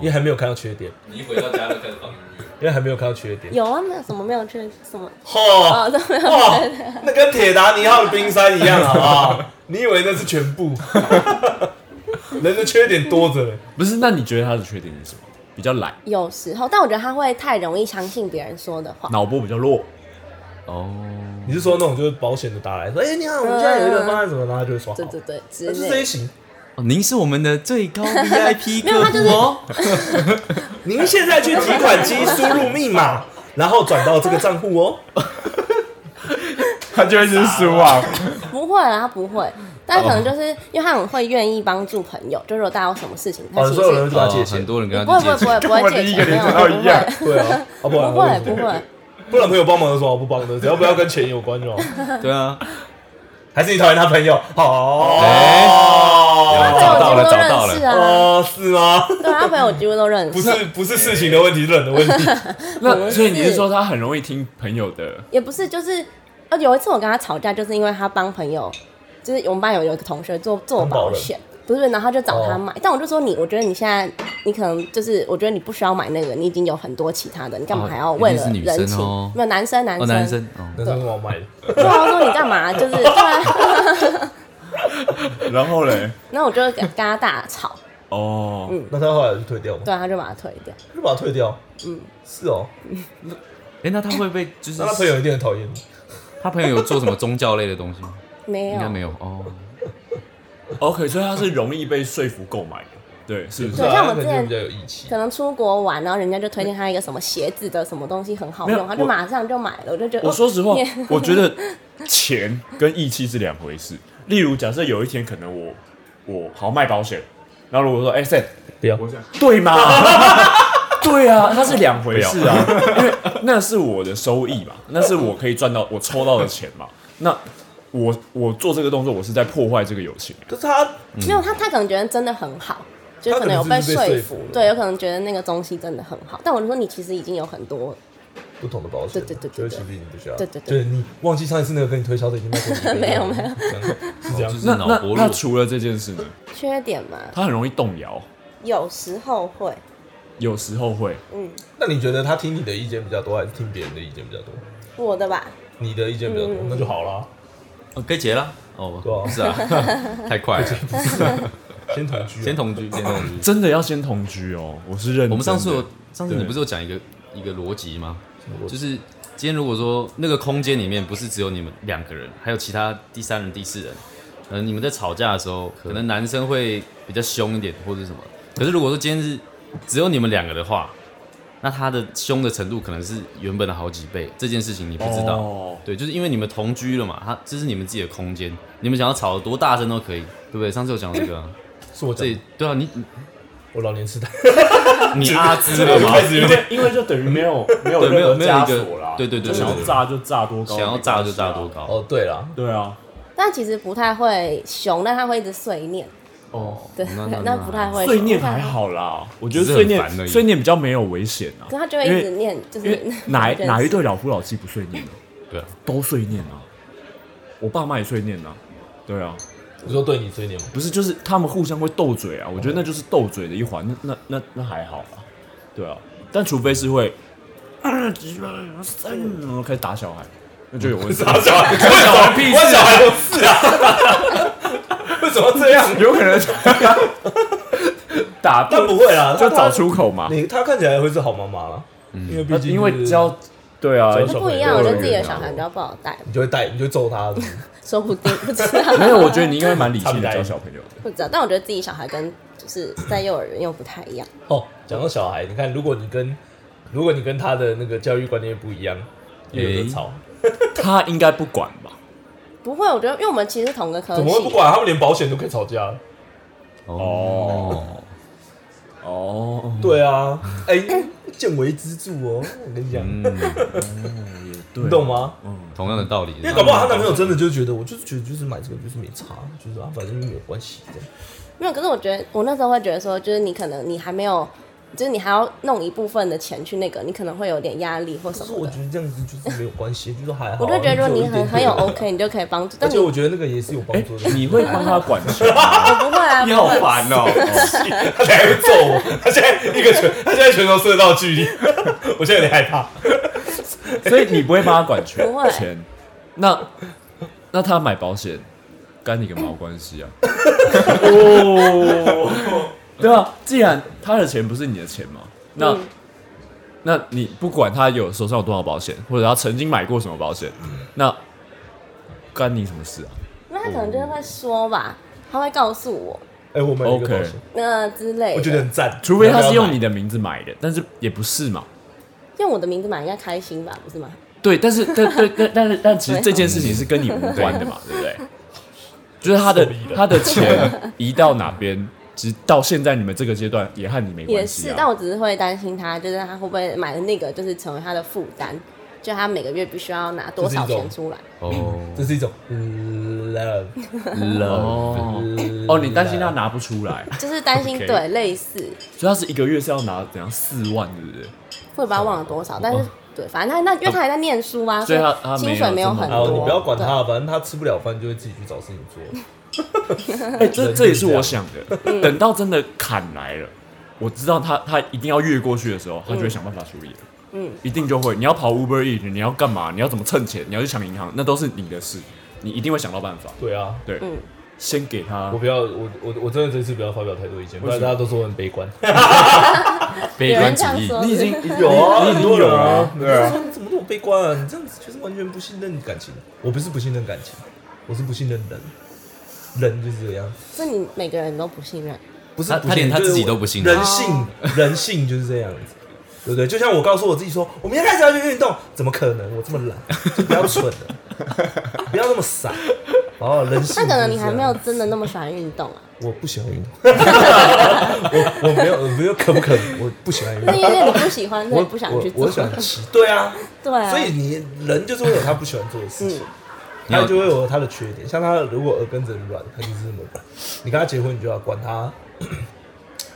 Speaker 6: 因，为还没有看到缺点，
Speaker 2: 你一回到家就开始 放音乐，
Speaker 6: 因为还没有看到缺点。
Speaker 5: 有啊，没有什么没有去什么
Speaker 6: 嚯
Speaker 5: 哦，都没有
Speaker 6: 哇
Speaker 5: 去。，
Speaker 6: 那跟铁达尼号的冰山一样，好不 好？你以为那是全部？人的缺点多着呢，
Speaker 1: 不是，那你觉得他的缺点是什么？比较懒，
Speaker 5: 有时候，但我觉得他会太容易相信别人说的话。
Speaker 1: 脑波比较弱。
Speaker 2: 哦，
Speaker 6: 你是说那种就是保险的打来说，哎，你好，我们现在有一个方案什么，然后他就会说
Speaker 5: 对
Speaker 6: 好
Speaker 5: 对，对，
Speaker 6: 那
Speaker 5: 之
Speaker 6: 就是这
Speaker 5: 类
Speaker 6: 一。型。
Speaker 1: 哦
Speaker 2: 您是我们的 最高 VIP 客户哦，
Speaker 6: 您现在去提款机输入密 码，然后转到这个账户哦。
Speaker 1: 他就会是输 啊，
Speaker 5: 不会啦，他不会。但可能就是因为他很会愿意帮助朋友，就是如果大家有什么事情，他
Speaker 6: 哦，
Speaker 5: 其
Speaker 6: 所有人
Speaker 5: 实
Speaker 6: 就把他
Speaker 2: 哦
Speaker 6: 借
Speaker 2: 很
Speaker 6: 钱，
Speaker 2: 多人跟
Speaker 5: 不会
Speaker 2: 他
Speaker 5: 不会
Speaker 2: 借
Speaker 5: 不
Speaker 2: 钱，
Speaker 5: 会不会 借钱，没有
Speaker 1: 到一样
Speaker 5: 不
Speaker 6: 对 啊，啊不然
Speaker 5: 会不会不会，
Speaker 6: 不然朋友帮忙的时候哦不帮的，只要不要跟钱有关就好。
Speaker 2: 对啊，
Speaker 6: 还是你讨厌他朋友？
Speaker 2: 哎
Speaker 5: 他
Speaker 6: 哦，
Speaker 5: 朋友
Speaker 2: 找到
Speaker 5: 几乎
Speaker 2: 了
Speaker 5: 都
Speaker 2: 找到了
Speaker 5: 认识啊，
Speaker 6: 哦，是 吗？
Speaker 5: 对啊，他朋友几乎都认
Speaker 6: 不
Speaker 5: 识，
Speaker 6: 是不是事情的问题，是人的问 题。
Speaker 1: 那所以你是说他很容易听朋友的？
Speaker 5: 也不是就是，呃，有一次我跟他吵架，就是因为他帮朋友，就是我们班有有一个同学做做
Speaker 6: 当保
Speaker 5: 保
Speaker 6: 人
Speaker 5: 险。不是，然后他就找他
Speaker 6: 哦
Speaker 5: 买，但我就说你，我觉得你现在你可能就是，我觉得你不需要买那个，你已经有很多其他的，你干嘛
Speaker 2: 哦
Speaker 5: 还要
Speaker 2: 一定
Speaker 5: 为
Speaker 2: 是
Speaker 5: 了
Speaker 2: 女
Speaker 5: 人
Speaker 2: 生
Speaker 5: 情？
Speaker 2: 哦
Speaker 5: 没有男生，男
Speaker 2: 哦，
Speaker 5: 生，
Speaker 2: 男生哦，
Speaker 6: 那是我买的，
Speaker 5: 对啊，我说你干嘛？就是对啊，
Speaker 1: 然后嘞，
Speaker 5: 然后我就跟跟他大吵，
Speaker 1: 哦，
Speaker 5: 嗯
Speaker 6: 那他后来就退掉吗？
Speaker 5: 对啊，他就把他退掉。
Speaker 6: 就把他退掉。嗯，是哦。
Speaker 2: 哎，那他会不会就是
Speaker 6: 那他朋友一定很讨厌你。
Speaker 2: 他朋友有做什么宗教类的东西吗？
Speaker 5: 没有，
Speaker 2: 应该没有哦，
Speaker 1: OK，所以他是容易被说服购买的，对，是不是
Speaker 5: 对？像我们之
Speaker 6: 可能就
Speaker 5: 前
Speaker 6: 比较有义气。
Speaker 5: 可能出国玩，然后人家就推荐他一个什么鞋子的什么东西很好
Speaker 1: 没
Speaker 5: 用，
Speaker 1: 有
Speaker 5: 他就
Speaker 1: 我
Speaker 5: 马上就买了。我就觉得，哦
Speaker 1: 我说实话
Speaker 5: 你，
Speaker 1: 我觉得钱跟义气是两回事。例如，假设有一天可能我我好卖保险，然后如果说哎、s e n
Speaker 6: 不要，
Speaker 1: 对 吗？对啊，它是两回事啊， 因为那是我的收益嘛，那是我可以赚到我抽到的钱嘛。那我我做这个动作，我是在破坏这个友情。
Speaker 6: 可是他
Speaker 5: 没有他，他可能觉得真的很好，就
Speaker 6: 他
Speaker 5: 可能有
Speaker 6: 可能
Speaker 5: 被
Speaker 6: 是被
Speaker 5: 说
Speaker 6: 说服了
Speaker 5: 对，有可能觉得那个东西真的很好。但我就说，你其实已经有很多，
Speaker 6: 不同的保险，啊
Speaker 5: 对对对
Speaker 6: 就
Speaker 5: 对对
Speaker 6: 是其实你不需要。
Speaker 5: 对对对
Speaker 6: 就是你忘记上一次那个跟你推销的已经卖过你。
Speaker 5: 没有没有
Speaker 6: 这样， 哦是这
Speaker 2: 就
Speaker 6: 样。
Speaker 2: 是
Speaker 1: 那
Speaker 2: 脑
Speaker 1: 那
Speaker 2: 薄
Speaker 1: 那
Speaker 2: 弱，
Speaker 1: 除了这件事呢，
Speaker 5: 缺点嘛，
Speaker 1: 他很容易动摇，
Speaker 5: 有时候会，
Speaker 1: 有时候会。
Speaker 5: 嗯，
Speaker 6: 那你觉得他听你的意见比较多，还是听别人的意见比较多？
Speaker 5: 我的吧，
Speaker 6: 你的意见比较
Speaker 5: 嗯
Speaker 6: 多，那就好啦。
Speaker 2: 哦可以结了哦
Speaker 6: 对，啊
Speaker 2: 不是啊， 太快了，
Speaker 6: 先同居啊，
Speaker 2: 先同居，先同居。
Speaker 1: 真的要先同居哦，我是认真的。
Speaker 2: 我们上次有，上次
Speaker 1: 对
Speaker 2: 你不是有讲一个一个逻辑吗？
Speaker 6: 逻辑
Speaker 2: 就是今天如果说那个空间里面不是只有你们两个人，还有其他第三人、第四人，呃，你们在吵架的时候，可能男生会比较凶一点或者是什么。可是如果说今天是只有你们两个的话，那他的凶的程度可能是原本的好几倍，这件事情你不知道。
Speaker 1: 哦
Speaker 2: 对，就是因为你们同居了嘛，他这是你们自己的空间，你们想要吵得多大声都可以，对不对？上次有讲到这个啊、
Speaker 6: 是我讲
Speaker 2: 这
Speaker 6: 的，
Speaker 2: 对啊，你
Speaker 6: 我老年痴呆，
Speaker 2: 你阿兹 了吗？
Speaker 1: 因为因为就等于没有没有
Speaker 2: 对没有
Speaker 1: 任何
Speaker 2: 没有一
Speaker 1: 枷
Speaker 2: 个
Speaker 1: 锁啦，
Speaker 2: 对对
Speaker 1: 就
Speaker 2: 对对
Speaker 1: 想
Speaker 2: 对
Speaker 1: 要炸就炸多高，
Speaker 2: 想要炸就
Speaker 5: 啊
Speaker 2: 炸多，高，
Speaker 6: 哦，对啦，
Speaker 1: 啊对啊，
Speaker 5: 但其实不太会熊，但他会一直碎念，
Speaker 1: 哦，
Speaker 5: 对，
Speaker 2: 那那
Speaker 5: 那不太会
Speaker 1: 碎念还
Speaker 5: 不太会，
Speaker 1: 好啦，我觉得
Speaker 2: 只是
Speaker 1: 碎
Speaker 2: 很烦而
Speaker 1: 念
Speaker 2: 已
Speaker 1: 碎念比较没有危险啊，
Speaker 5: 可他就会一直念，就
Speaker 1: 因
Speaker 5: 是
Speaker 1: 为哪
Speaker 5: 就是
Speaker 1: 哪一对老夫老妻不碎念啊？
Speaker 2: 对啊，
Speaker 1: 都碎念啊，我爸妈也碎念啊，对啊，
Speaker 6: 你说对你追 你吗？
Speaker 1: 不是就是他们互相会斗嘴啊，我觉得那就是斗嘴的一环，那那那那还好啊，对啊，但除非是会啊急了嗯然后开始打小孩，那就有问题，打小 孩，打小孩屁事啊，
Speaker 6: 为什么这样？
Speaker 1: 有可能 打
Speaker 6: 但不会啦，
Speaker 1: 就
Speaker 6: 他
Speaker 1: 找出口嘛，
Speaker 6: 你，他看起来会是好妈妈啦，因为毕竟
Speaker 1: 因为
Speaker 6: 就是
Speaker 1: 教对啊，
Speaker 6: 教
Speaker 5: 那不一样，
Speaker 1: 对
Speaker 5: 我
Speaker 1: 对
Speaker 5: 觉得自己的
Speaker 1: 对
Speaker 5: 小孩比较不好带，
Speaker 6: 你就会带，你就会揍他的，
Speaker 5: 说不定不知道，
Speaker 1: 没有，我觉得你应该蛮理性的教小朋友的。
Speaker 5: 不知道，但我觉得自己小孩跟就是在幼儿园又不太一样，
Speaker 6: 哦，讲到小孩，你看，如果你跟如果你跟他的那个教育观念不一样，也有
Speaker 2: 诶
Speaker 6: 的吵。
Speaker 1: 他应该不管吧？
Speaker 5: 不会，我觉得因为我们其实同个科系，
Speaker 6: 怎么会不管？他们连保险都可以吵架。
Speaker 1: 哦哦，
Speaker 6: 对啊， 哎、见微知著哦，我跟你讲，
Speaker 2: 嗯，
Speaker 1: 对
Speaker 6: 你懂？吗？
Speaker 2: 同样的道理，
Speaker 6: 因为搞不好她男朋友真的就觉得，我就是觉得就是买这个就是没差，就是啊，反正没有关系这样。
Speaker 5: 没有，可是我觉得我那时候会觉得说，就是你可能你还没有，就是你还要弄一部分的钱去那个，你可能会有点压力或
Speaker 6: 可
Speaker 5: 什
Speaker 6: 是
Speaker 5: 么
Speaker 6: 我
Speaker 5: 的
Speaker 6: 觉。得这样子就是没有关系，就是还好。
Speaker 5: 我就觉得说
Speaker 6: 就
Speaker 5: 你
Speaker 6: 一点
Speaker 5: 很
Speaker 6: 点
Speaker 5: 很有 OK，你就可以帮助，
Speaker 6: 而
Speaker 5: 但你
Speaker 6: 且
Speaker 5: 我
Speaker 6: 我觉得那个也是有帮助的。
Speaker 1: 哎你会帮他管钱？
Speaker 5: 不会啊，
Speaker 2: 你好烦 哦，
Speaker 6: 他现在会揍我，他现在一个拳，他现在拳头射到距离， 我现在有点害怕。
Speaker 1: 所以你不会帮他管钱？
Speaker 5: 不会
Speaker 1: 钱？那那他买保险干你个毛关系啊？哦， 对啊，既然他的钱不是你的钱嘛，那、
Speaker 5: 嗯
Speaker 1: 那你不管他有手上有多少保险，或者他曾经买过什么保险，那干你什么事啊？
Speaker 5: 那他可能就是会说吧，他会告诉我
Speaker 6: 哎、我买了一个
Speaker 1: OK
Speaker 6: 保险
Speaker 5: 那之类的。
Speaker 6: 我觉得很赞。
Speaker 1: 除非他是用
Speaker 6: 你
Speaker 1: 你的名字买的，但是也不是嘛。
Speaker 5: 用我的名字买应该开心吧，不是吗？
Speaker 1: 对，但是但但但但是但其实这件事情是跟你无关的嘛，对不对？就是他的他的钱移到哪边，直到现在你们这个阶段也和你没
Speaker 5: 也
Speaker 1: 关系
Speaker 5: 是
Speaker 1: 啊。，
Speaker 5: 但我只是会担心他，就是他会不会买的那个就是成为他的负担，就他每个月必须要拿多少钱出来。
Speaker 2: 哦
Speaker 6: 要不要买，这是一种 love
Speaker 1: 哦
Speaker 6: love
Speaker 1: 哦，你担心他拿不出来，
Speaker 5: 就是担心
Speaker 1: OK
Speaker 5: 对类似，
Speaker 1: 所以他是一个月是要拿怎样四万，对不对？
Speaker 5: 会把它忘了多少，但是对，反正他那因为他还在念书嘛，
Speaker 1: 哦所以他他
Speaker 5: 薪
Speaker 1: 没
Speaker 5: 水
Speaker 1: 有
Speaker 5: 没
Speaker 1: 这么
Speaker 5: 很
Speaker 6: 好，
Speaker 5: 多。
Speaker 6: 你不要管
Speaker 5: 对
Speaker 6: 他，反正他吃不了饭就会自己去找事情做。
Speaker 5: 嗯
Speaker 1: 哎，这这也是我想的。等到真的砍来了，我知道他他一定要越过去的时候，他就会想办法处理了。
Speaker 5: 嗯，
Speaker 1: 一定就会。你要跑 Uber E，你要干嘛？你要怎么蹭钱？你要去抢银行，那都是你的事，你一定会想到办法。
Speaker 6: 对啊，
Speaker 1: 对，
Speaker 5: 嗯
Speaker 1: 先给他
Speaker 6: 我不要，我我我真的这次不要发表太多意见，不
Speaker 1: 为什
Speaker 6: 然
Speaker 1: 么
Speaker 6: 大家都说我很悲观。
Speaker 2: 悲
Speaker 5: 有
Speaker 2: 观
Speaker 5: 人这
Speaker 2: 主
Speaker 5: 样
Speaker 2: 义，
Speaker 5: 说，
Speaker 1: 你已经
Speaker 6: 有啊，
Speaker 1: 你已经
Speaker 6: 很
Speaker 1: 有
Speaker 6: 多人
Speaker 1: 了
Speaker 6: 啊
Speaker 1: 啊，
Speaker 6: 对啊，你怎么那么悲观啊？你这样子就是完全不信任感情。我不是不信任感情，我是不信任人，人就是这个样子。
Speaker 5: 是你每个人都不信任，
Speaker 6: 不是
Speaker 2: 他
Speaker 6: 不
Speaker 2: 他连
Speaker 6: 信
Speaker 2: 他
Speaker 6: 就是
Speaker 2: 自己
Speaker 6: 我
Speaker 2: 都不信啊任
Speaker 6: 人性
Speaker 5: 哦
Speaker 6: 人性就是这样子，对不对？就像我告诉我自己说，我明天开始要去运动，怎么可能？我这么懒，就不要蠢了，不要那么傻。哦，人性。
Speaker 5: 那可能你还没有，真的那么喜欢运动啊，
Speaker 6: 我不喜欢运动， 我我没有我没有可不可能，我不喜欢运
Speaker 5: 那
Speaker 6: 动
Speaker 5: 因。为你不喜欢，所
Speaker 6: 我
Speaker 5: 以不想去
Speaker 6: 我
Speaker 5: 做
Speaker 6: 我。想骑，对啊，
Speaker 5: 对啊，嗯
Speaker 6: 所以你人就是会有他不喜欢做的事情，
Speaker 2: 你有
Speaker 6: 他就会有他的缺点。像他如果耳根子很软，他就是这么软。你跟他结婚，你就要管他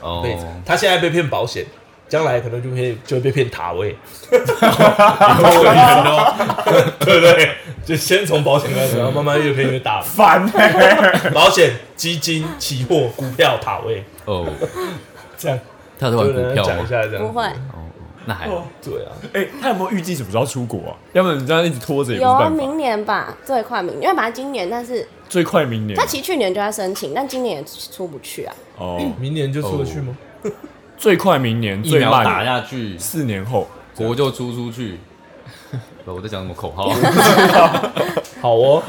Speaker 2: 哦
Speaker 6: 辈子。他现在被骗保险，将来可能就会就会被骗塔位，
Speaker 2: 好可怜哦，
Speaker 6: 对不对？就先从保险开始，然后慢慢越骗越 大。
Speaker 1: 烦欸
Speaker 6: 保险、基金、期货、股票、塔位，
Speaker 2: 哦，
Speaker 6: 这样
Speaker 2: 他在玩
Speaker 6: 就
Speaker 2: 股
Speaker 6: 能
Speaker 2: 票
Speaker 6: 讲一
Speaker 2: 吗？
Speaker 6: 下这样。
Speaker 5: 不会，
Speaker 2: 哦，那还好，
Speaker 6: 对啊，
Speaker 1: 哎，他有没有预计什么时候要出国啊？要不然你这样一直拖着也不
Speaker 5: 有
Speaker 1: 是
Speaker 5: 啊，
Speaker 1: 办法。
Speaker 5: 明年吧，最快明年，因为本来今年，但是
Speaker 1: 最快明年
Speaker 5: 他其实去年就在申请，但今年也出不去啊。
Speaker 1: 哦，
Speaker 6: 明年就出得去吗？
Speaker 1: 最快明年，
Speaker 2: 疫
Speaker 1: 最
Speaker 2: 苗打
Speaker 1: 慢
Speaker 2: 下去，
Speaker 1: 四年后。
Speaker 2: 国就出出去，不我在讲什么口号啊
Speaker 6: 好 哦，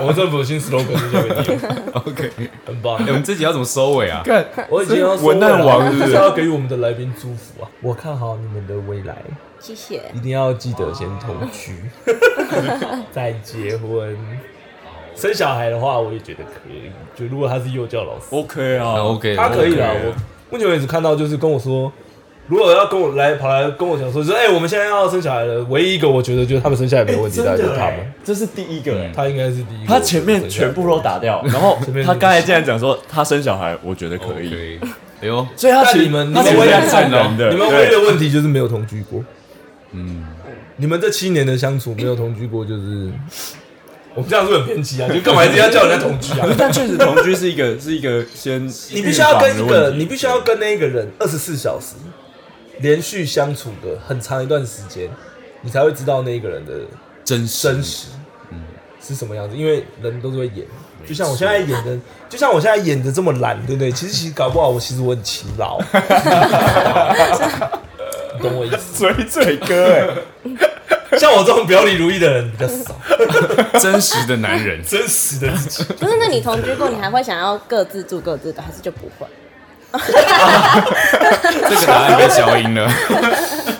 Speaker 6: 我们政府新 slogan 就交给 你了，
Speaker 2: ？OK，
Speaker 6: 很棒
Speaker 2: 哎。我们这集要怎么收尾啊？
Speaker 6: 看，我已经要
Speaker 1: 文案王是不
Speaker 6: 就是是要给予我们的来宾祝福啊！我看好你们的未来，
Speaker 5: 谢谢，
Speaker 6: 一定要记得先同 居，再结婚。生小孩的话，我也觉得可以。就如果他是幼教老师，
Speaker 1: OK 啊
Speaker 2: 啊 OK，
Speaker 6: 哦他可以啦。
Speaker 2: OK
Speaker 6: 我目前为止看到就是跟我说，如果要跟我来跑来跟我讲说，就是哎、我们现在要生小孩了，唯一一个我觉得就是他们生下来没有问题，
Speaker 1: 真
Speaker 6: 大概就是
Speaker 1: 的
Speaker 6: 他们
Speaker 1: 欸，，这是第一个哎。
Speaker 6: 他应该是第一个。
Speaker 1: 他前面全部都打掉，然后他刚才竟然讲说他生小孩，我觉得可以，
Speaker 2: OK，哎呦，
Speaker 1: 所以他其
Speaker 6: 但
Speaker 1: 实
Speaker 6: 你们
Speaker 1: 他其
Speaker 6: 你
Speaker 1: 实
Speaker 6: 们为了
Speaker 1: 在站人的，
Speaker 6: 你们
Speaker 1: 对
Speaker 6: 唯一的问题就是没有同居过。
Speaker 2: 嗯，
Speaker 6: 你们这七年的相处没有同居过，就是我们这样是不是很偏激啊，就干嘛一定要叫人家同居啊？
Speaker 1: 但确实同居是一个是一个先，
Speaker 6: 你必须要跟一个，你必须要跟那一个人二十四小时连续相处个很长一段时间，你才会知道那一个人的
Speaker 2: 真实
Speaker 6: 真实，是什么样子。因为人都是会演，就像我现在演的，就像我现在演的这么懒，对不对？其实其实搞不好我其实我很勤劳，你懂我意思？
Speaker 1: 嘴嘴哥哎，
Speaker 6: 像我这种表里如一的人比较少，
Speaker 2: 真实的男人
Speaker 6: 真实的自己。
Speaker 5: 不是？那你同居过，你还会想要各自住各自的，还是就不会？
Speaker 2: 这个答案被消音了，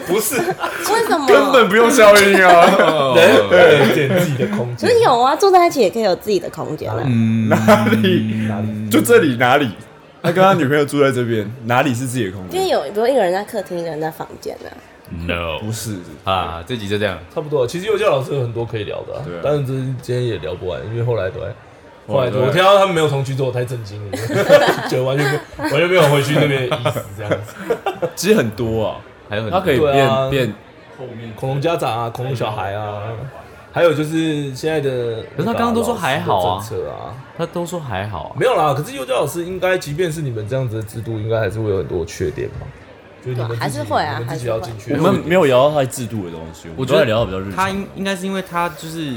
Speaker 6: 不是
Speaker 5: 为什么？
Speaker 1: 根本不用消音啊，
Speaker 6: 人会有一点自己的空
Speaker 5: 可
Speaker 6: 间
Speaker 5: 是，有啊，住在一起也可以有自己的空间了。啊
Speaker 1: 哪里就这里哪里，他跟他女朋友住在这边，哪里是自己的空
Speaker 5: 因为
Speaker 1: 间？
Speaker 5: 有，比如一个人在客厅，一个人在房间呢、啊。
Speaker 2: ，No
Speaker 1: 不是，
Speaker 2: 啊，这集就这样，
Speaker 6: 差不多。其实幼教老师有很多可以聊的、啊
Speaker 1: 对啊，
Speaker 6: 但是这今天也聊不完，因为后来都在。后
Speaker 1: 后
Speaker 6: 来
Speaker 1: 来
Speaker 6: 我听到他们没有同居之后，我太震惊了，就完全没有完全没有回去那边的意思，这样子。
Speaker 1: 其实很多啊，
Speaker 2: 还有很
Speaker 1: 他可以
Speaker 6: 对
Speaker 1: 变
Speaker 6: 啊
Speaker 1: 变，
Speaker 6: 恐龙家长啊，恐龙小孩啊，还有就是现在的，
Speaker 2: 可是他刚刚都说还好啊
Speaker 6: 政策啊，
Speaker 2: 他都说还好啊，
Speaker 6: 没有啦。可是幼教老师应该，即便是你们这样子的制度，应该还是会有很多缺点嘛。就你们自己
Speaker 5: 还是会啊
Speaker 6: 你们自己
Speaker 5: 还
Speaker 6: 要
Speaker 5: 是会
Speaker 6: 进去。
Speaker 1: 我们没有聊到他制度的东西，
Speaker 2: 我
Speaker 1: 我觉
Speaker 2: 觉得
Speaker 1: 得聊到比较日
Speaker 2: 他
Speaker 1: 常，
Speaker 2: 应应该是因为他就是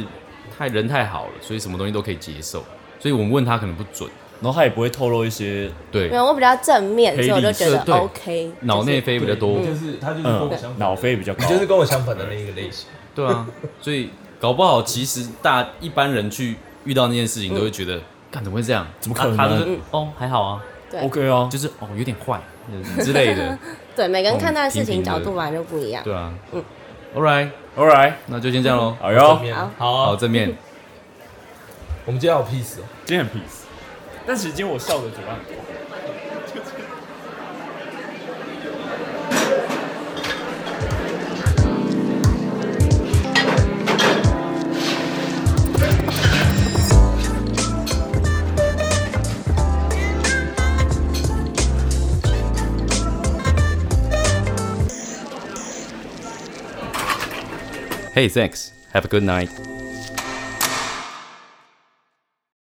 Speaker 2: 太人太好了，所以什么东西都可以接受，所以我们问他可能不准，
Speaker 1: 然后他也不会透露一些
Speaker 2: 对
Speaker 5: 没，有，我比较正面，
Speaker 1: 可
Speaker 5: 所
Speaker 1: 以
Speaker 5: 以我就觉
Speaker 2: 理解对
Speaker 5: 得 OK。
Speaker 2: 脑内啡比较多，
Speaker 6: 是他就是
Speaker 1: 嗯脑飞比较高
Speaker 6: 你，就是跟我相反的那一个类型。
Speaker 2: 对啊，所以搞不好其实大一般人去遇到那件事情都会觉得，干、怎么会这样？
Speaker 1: 怎么可能
Speaker 2: 啊他就是哦还好啊，
Speaker 5: 对
Speaker 1: OK 啊，
Speaker 2: 就是哦有点 坏嗯之类的，
Speaker 5: 对，每个人看待
Speaker 2: 嗯
Speaker 5: 事
Speaker 2: 平
Speaker 5: 情
Speaker 2: 平的
Speaker 5: 角度本来就不一样。
Speaker 2: 对啊，嗯
Speaker 5: 嗯
Speaker 2: ，All right，
Speaker 1: All right，
Speaker 2: 那就先这样喽。
Speaker 1: 哎
Speaker 6: 正
Speaker 1: 呦，
Speaker 6: 面
Speaker 5: 好
Speaker 6: 好
Speaker 2: 好，，正 面，
Speaker 6: 我们今天好 peace 哦。
Speaker 1: 今天很 peace，但其实今天我笑的嘴巴很多。
Speaker 2: Hey，thanks，have a good night。